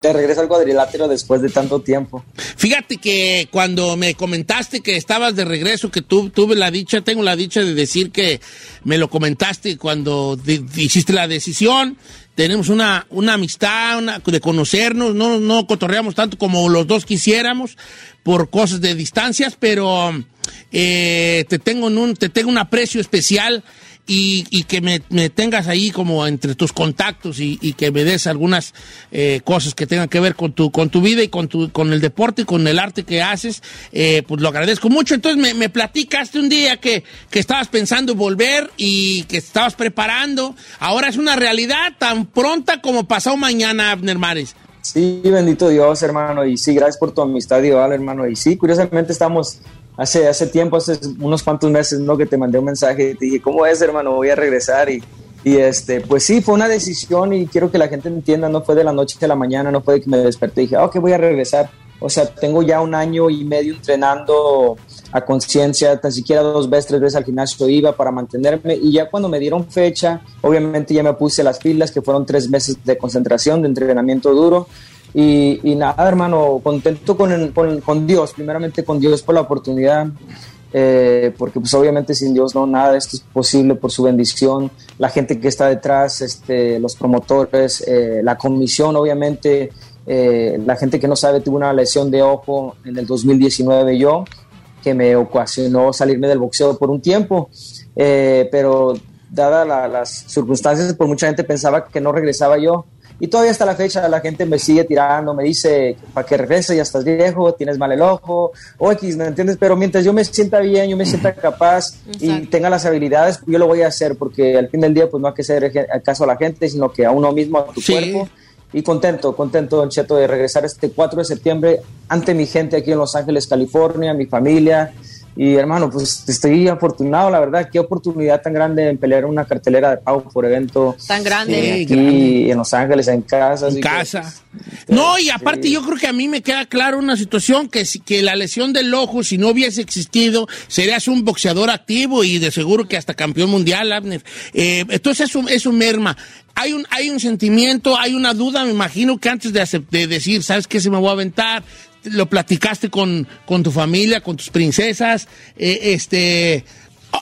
S15: Te regreso al cuadrilátero después de tanto tiempo.
S3: Fíjate que cuando me comentaste que estabas de regreso, que tú tuve la dicha, tengo la dicha de decir que me lo comentaste cuando de- de- hiciste la decisión. Tenemos una, una amistad, una- de conocernos, no, no cotorreamos tanto como los dos quisiéramos por cosas de distancias, pero eh, te, tengo en un, te tengo un aprecio especial y, y que me, me tengas ahí como entre tus contactos y, y que me des algunas eh, cosas que tengan que ver con tu, con tu vida y con, tu, con el deporte y con el arte que haces, eh, pues lo agradezco mucho. Entonces me, me platicaste un día que, que estabas pensando volver y que estabas preparando. Ahora es una realidad tan pronta como pasado mañana, Abner Mares.
S15: Sí, bendito Dios, hermano. Y sí, gracias por tu amistad y igual, hermano. Y sí, curiosamente estamos hace, hace tiempo, hace unos cuantos meses, ¿no? Que te mandé un mensaje y te dije, ¿cómo es, hermano? Voy a regresar. Y, y este, pues sí, fue una decisión y quiero que la gente entienda, no fue de la noche a la mañana, no fue de que me desperté y dije, ah, ok, voy a regresar. O sea, tengo ya un año y medio entrenando a conciencia, tan siquiera dos veces, tres veces al gimnasio iba para mantenerme y ya cuando me dieron fecha, obviamente ya me puse las pilas, que fueron tres meses de concentración, de entrenamiento duro. Y, y nada, hermano, contento con, el- con, con Dios, primeramente con Dios por la oportunidad, eh, porque pues obviamente sin Dios no nada de esto es posible por su bendición, la gente que está detrás, este, los promotores, eh, la comisión obviamente, eh, la gente que no sabe, tuve una lesión de ojo en el 2019 yo, que me ocasionó salirme del boxeo por un tiempo, eh, pero dadas las circunstancias, pues mucha gente pensaba que no regresaba yo Y todavía hasta la fecha la gente me sigue tirando, me dice, para que regrese, ya estás viejo, tienes mal el ojo, o X, ¿me entiendes? Pero mientras yo me sienta bien, yo me sienta capaz y tenga las habilidades, yo lo voy a hacer, porque al fin del día, pues no hay que hacer caso a la gente, sino que a uno mismo, a tu cuerpo. Y contento, contento, Don Cheto, de regresar este 4 de septiembre ante mi gente aquí en Los Ángeles, California, mi familia. Y hermano, pues estoy afortunado, la verdad. Qué oportunidad tan grande en pelear una cartelera de pago por evento.
S6: Tan grande.
S15: Y aquí en Los Ángeles, en casa.
S3: En casa. No, y aparte yo creo que a mí me queda claro una situación que, si- que la lesión del ojo, si no hubiese existido, serías un boxeador activo y de seguro que hasta campeón mundial, Abner. Eh, entonces eso, eso merma. Hay un, hay un sentimiento, hay una duda, me imagino que antes de, acep- de decir, ¿sabes qué? Se me voy a aventar. Lo platicaste con, con tu familia, con tus princesas. eh, este...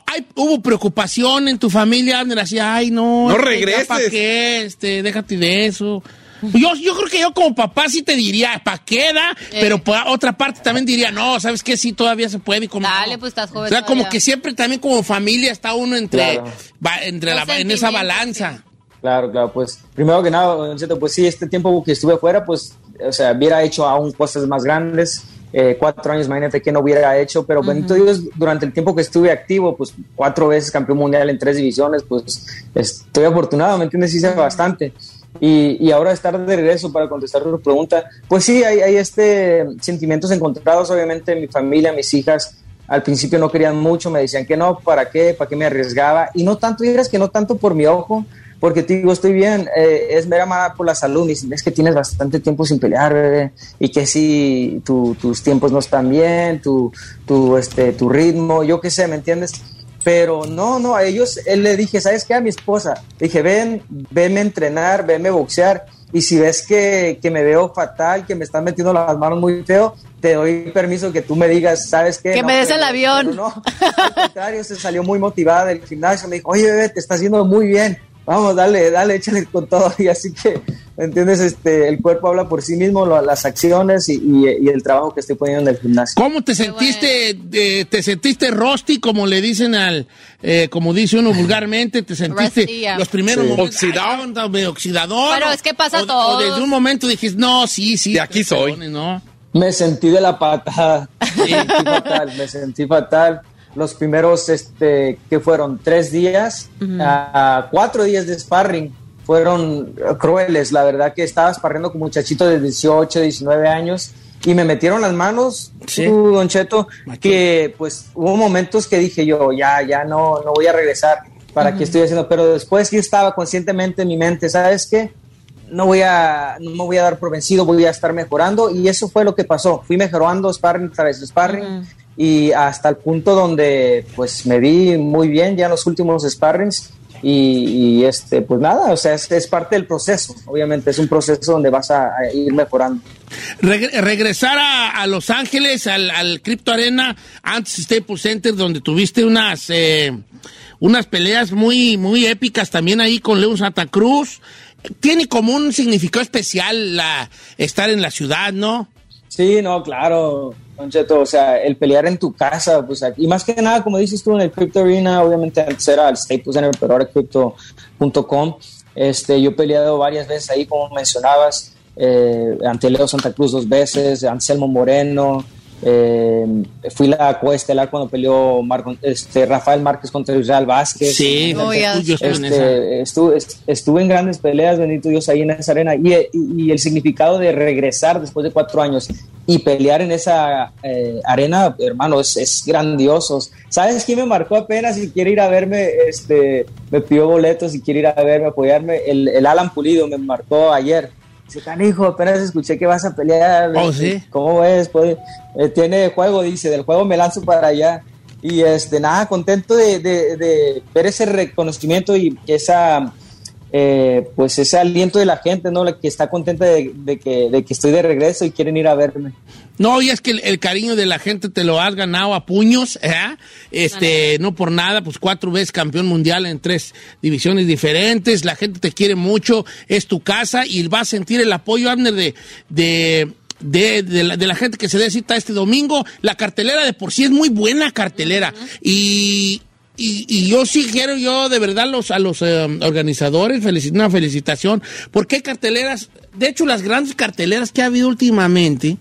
S3: hay- hubo preocupación en tu familia, Abner, así, ay, no.
S2: No
S3: este, ya
S2: regreses.
S3: pa' qué, este, déjate de eso. Yo, yo creo que yo como papá sí te diría, ¿para qué da?
S6: Eh.
S3: Pero por otra parte también diría, no, ¿sabes qué? Sí, todavía se puede. y Como,
S6: Dale, pues estás
S3: o
S6: joven.
S3: sea, como
S6: todavía.
S3: que siempre también como familia está uno entre,
S15: Claro.
S3: va- entre la, en esa balanza.
S15: Claro, claro, pues primero que nada, don Cheto, pues sí, este tiempo que estuve fuera, pues, o sea, hubiera hecho aún cosas más grandes. Eh, cuatro años, imagínate que no hubiera hecho, pero bendito Dios, durante el tiempo que estuve activo, pues cuatro veces campeón mundial en tres divisiones, pues estoy afortunado, ¿me entiendes? Hice bastante. Y, y ahora estar de regreso para contestar tu pregunta, pues sí, hay, hay este sentimientos encontrados, obviamente, mi familia, mis hijas, al principio no querían mucho, me decían que no, ¿para qué? ¿Para qué me arriesgaba? Y no tanto, dirás que no tanto por mi ojo, porque te digo, estoy bien, eh, es mera mala por la salud. Me dicen, es que tienes bastante tiempo sin pelear, bebé, y que si tu- tus tiempos no están bien, tu, tu, este, tu ritmo, yo qué sé, ¿me entiendes? Pero no, no, a ellos eh, le dije, ¿sabes qué? A mi esposa, le dije, ven, venme a entrenar, venme a boxear. Y si ves que, que me veo fatal, que me están metiendo las manos muy feo, te doy permiso que tú me digas, ¿sabes qué?
S6: Que
S15: No,
S6: me des el
S15: pero-
S6: avión.
S15: pero no, contrario, se salió muy motivada del gimnasio. Me dijo, oye, bebé, te estás haciendo muy bien. Vamos, dale, dale, échale con todo. (laughs) Y así que, ¿me entiendes? Este, el cuerpo habla por sí mismo, lo- las acciones y, y- y el trabajo que estoy poniendo en el gimnasio.
S3: ¿Cómo te sentiste, eh, te sentiste rusty, como le dicen al, eh, como dice uno vulgarmente, te sentiste
S6: Rusty, ya.
S3: los primeros
S6: Sí.
S3: momentos. Oxidado. oxidador.
S6: Pero es que pasa
S3: o,
S6: todo.
S3: o desde un momento dijiste, no, sí, sí. De aquí soy. No.
S15: Me sentí de la patada. Me sentí fatal, me sentí fatal. Los primeros, este, que fueron tres días,
S14: Ujú.
S15: a cuatro días de sparring, fueron eh, crueles. La verdad que estaba sparriendo con muchachitos de 18, 19 años y me metieron las manos, tú, Don Cheto, que pues hubo momentos que dije yo, ya, ya no, no voy a regresar. ¿Para qué estoy haciendo? Pero después yo estaba conscientemente en mi mente, ¿sabes qué? no voy a no me voy a dar por vencido, voy a estar mejorando y eso fue lo que pasó. Fui mejorando sparring tras sparring y hasta el punto donde pues me vi muy bien ya en los últimos sparrings y, y, este pues nada, o sea, es, es parte del proceso. Obviamente es un proceso donde vas a, a ir mejorando.
S3: Reg- regresar a, a Los Ángeles, al, al Crypto Arena, antes Staples Center, donde tuviste unas, eh, unas peleas muy, muy épicas también ahí con Leon Santa Cruz. Tiene como un significado especial la, estar en la ciudad, ¿no?
S15: Sí, no, claro, Don Cheto, o sea, el pelear en tu casa, pues, aquí- y más que nada, como dices tú, en el Crypto Arena, obviamente antes era el Staples Center, pero ahora Crypto.com, este, yo he peleado varias veces ahí, como mencionabas, eh, ante Leo Santa Cruz dos veces, Anselmo Moreno, eh, fui la coestelar cuando peleó Marco- este, Rafael Márquez contra Israel Vázquez.
S3: Sí,
S15: Este,
S3: Oh, ya. yo estuve en
S15: este,
S3: esa.
S15: estuve, est- estuve en grandes peleas, bendito Dios, ahí en esa arena. Y, y- y el significado de regresar después de cuatro años y pelear en esa eh, arena, hermano, es, es grandioso. ¿Sabes quién me marcó apenas y quiere ir a verme? Este, me pidió boletos y quiere ir a verme, apoyarme. El, el Alan Pulido me marcó ayer. Dice, canijo, apenas escuché que vas a pelear. eh,
S3: Oh, sí.
S15: ¿Cómo es? Pues, eh, tiene juego, dice, del juego me lanzo para allá. Y este, nada, contento de, de- de ver ese reconocimiento y esa, eh, pues ese aliento de la gente, ¿no? La que está contenta de, de que, de que estoy de regreso y quieren ir a verme.
S3: No, y es que el, el cariño de la gente te lo has ganado a puños, ¿eh? Este, no por nada, pues cuatro veces campeón mundial en tres divisiones diferentes, la gente te quiere mucho, es tu casa y vas a sentir el apoyo, Abner, de, de, de, de la, de la gente que se dé cita este domingo. La cartelera de por sí es muy buena cartelera y... y, y yo sí quiero yo de verdad los, a los eh, organizadores felici- una felicitación, porque hay carteleras, de hecho las grandes carteleras que ha habido últimamente,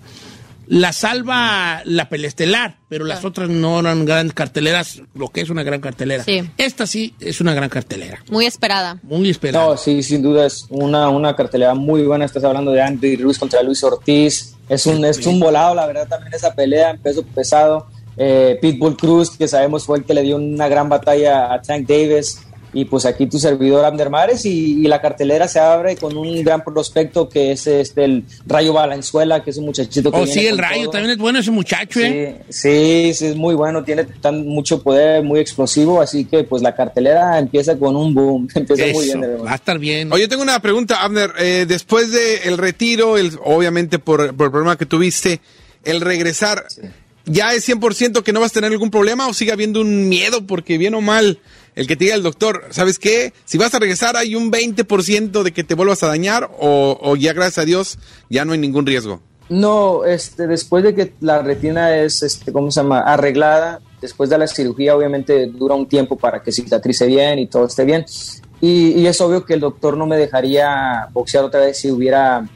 S3: la salva la pelestelar, pero las otras no eran grandes carteleras, lo que es una gran cartelera.
S6: Sí.
S3: Esta sí es una gran cartelera.
S6: Muy esperada.
S3: Muy esperada.
S15: No, sí, sin duda es una, una cartelera muy buena. Estás hablando de Andy Ruiz contra Luis Ortiz. Es un, es un volado, la verdad, también esa pelea en peso pesado. Eh, Pitbull Cruz, que sabemos fue el que le dio una gran batalla a Tank Davis. Y pues aquí tu servidor Abner Mares y, y la cartelera se abre con un gran prospecto que es este el Rayo Valenzuela, que es un muchachito que
S3: Oh,
S15: viene
S3: sí, el
S15: con
S3: rayo,
S15: todo.
S3: también es bueno ese muchacho, ¿eh?
S15: Sí, sí, es muy bueno, tiene tan mucho poder, muy explosivo, así que pues la cartelera empieza con un boom, (laughs) empieza muy bien. hermano.
S3: va a estar bien.
S2: Oye, tengo una pregunta, Abner. Eh, después del retiro, el, obviamente por, por el problema que tuviste, el regresar, ¿ya es 100% que no vas a tener algún problema o sigue habiendo un miedo? Porque bien o mal, el que te diga el doctor, ¿sabes qué? Si vas a regresar, hay un 20% de que te vuelvas a dañar o, o ya, gracias a Dios, ya no hay ningún riesgo.
S15: No, este, después de que la retina es, este, ¿cómo se llama? Arreglada, después de la cirugía, obviamente dura un tiempo para que cicatrice bien y todo esté bien. Y, y es obvio que el doctor no me dejaría boxear otra vez si hubiera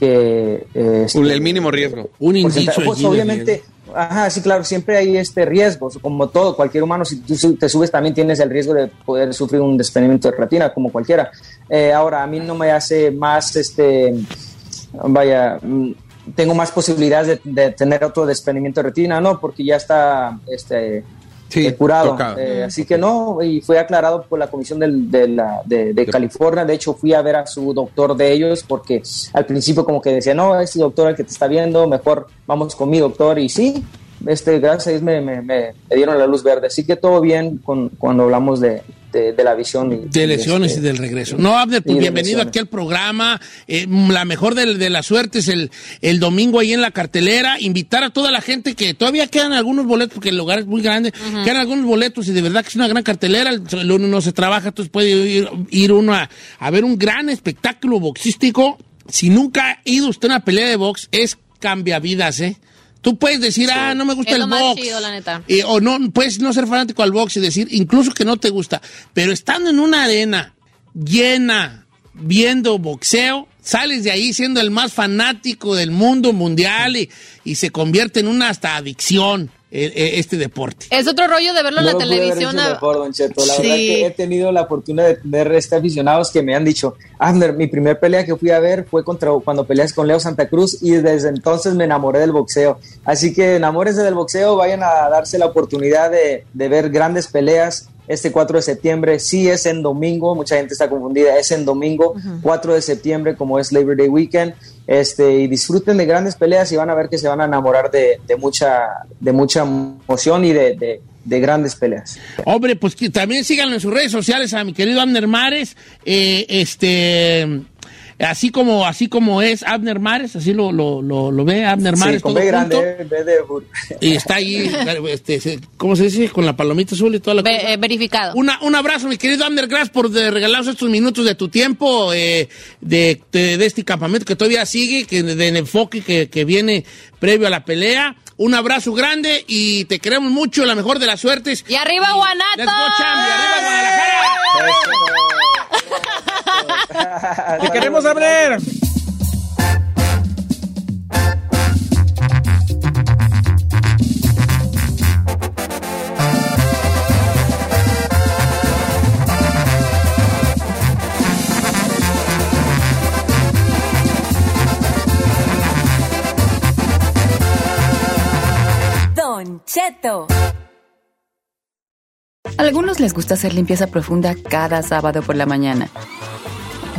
S15: que eh,
S2: Un- El mínimo riesgo.
S3: Un
S15: porcentaje. Pues, obviamente, ajá, sí, claro, siempre hay este riesgo, como todo, cualquier humano, si tú su- te subes también tienes el riesgo de poder sufrir un desprendimiento de retina, como cualquiera. Eh, ahora, a mí no me hace más, este, vaya, mm, tengo más posibilidades de, de tener otro desprendimiento de retina, no, porque ya está, este, eh, curado.
S2: tocado.
S15: Eh,
S2: Mm.
S15: así que no, y fue aclarado por la Comisión del- de, la- de- de California. De hecho, fui a ver a su doctor de ellos porque al principio como que decía, no, es tu doctor el que te está viendo, mejor vamos con mi doctor. Y sí, este, gracias a Dios me, me- me- me dieron la luz verde. Así que todo bien con, cuando hablamos de, de- de la visión. y- este,
S3: De lesiones y del regreso. No, Abner, pues
S15: y de
S3: bienvenido
S15: lesiones.
S3: aquí al programa. Eh, la mejor del- de, la suerte es el, el domingo ahí en la cartelera. Invitar a toda la gente que todavía quedan algunos boletos, porque el lugar es muy grande. Quedan algunos boletos y de verdad que es una gran cartelera. El, el uno no se trabaja, entonces puede ir, ir uno a, a ver un gran espectáculo boxístico. Si nunca ha ido usted a una pelea de box, es cambia vidas, ¿eh? Tú puedes decir, ah, no me gusta
S6: es lo
S3: el
S6: más
S3: box.
S6: chido, la neta.
S3: Eh, o no, puedes no ser fanático al box y decir incluso que no te gusta, pero estando en una arena llena, viendo boxeo, sales de ahí siendo el más fanático del mundo mundial y, y se convierte en una hasta adicción eh, eh, este deporte.
S6: Es otro rollo de verlo en
S15: No
S6: la
S15: lo pude haber
S6: televisión. ah.
S15: hecho
S6: a-
S15: mejor, don Cheto. La
S6: Sí.
S15: verdad que he tenido la fortuna de tener este aficionados que me han dicho, Abner, mi primer pelea que fui a ver fue contra cuando peleas con Leo Santa Cruz y desde entonces me enamoré del boxeo. Así que enamórense del boxeo, vayan a darse la oportunidad de, de ver grandes peleas. Este 4 de septiembre sí es en domingo, mucha gente está confundida, es en domingo, 4 de septiembre como es Labor Day Weekend, este, y disfruten de grandes peleas y van a ver que se van a enamorar de, de mucha, de mucha emoción y de- de- de grandes peleas.
S3: Hombre, pues que también síganlo en sus redes sociales a mi querido Abner Mares. eh, este. Así como, así como es Abner Mares, así lo, lo, lo- lo ve Abner Mares.
S15: Sí, con
S3: todo
S15: B
S3: junto.
S15: grande, eh, B de bur- (laughs)
S3: Y está ahí, este, se- ¿cómo se dice? Con la palomita azul y toda la cosa.
S6: Ve- eh, verificado.
S3: Una- un abrazo, mi querido Ander, gracias por de- regalarnos estos minutos de tu tiempo, eh, de, de- de este campamento que todavía sigue, que de- del enfoque que, que viene previo a la pelea. Un abrazo grande y te queremos mucho, la mejor de las suertes.
S6: Y arriba Guanato.
S3: ¡Eh!
S5: ¡Te queremos abrir!
S10: Don Cheto.
S16: Algunos les gusta hacer limpieza profunda cada sábado por la mañana.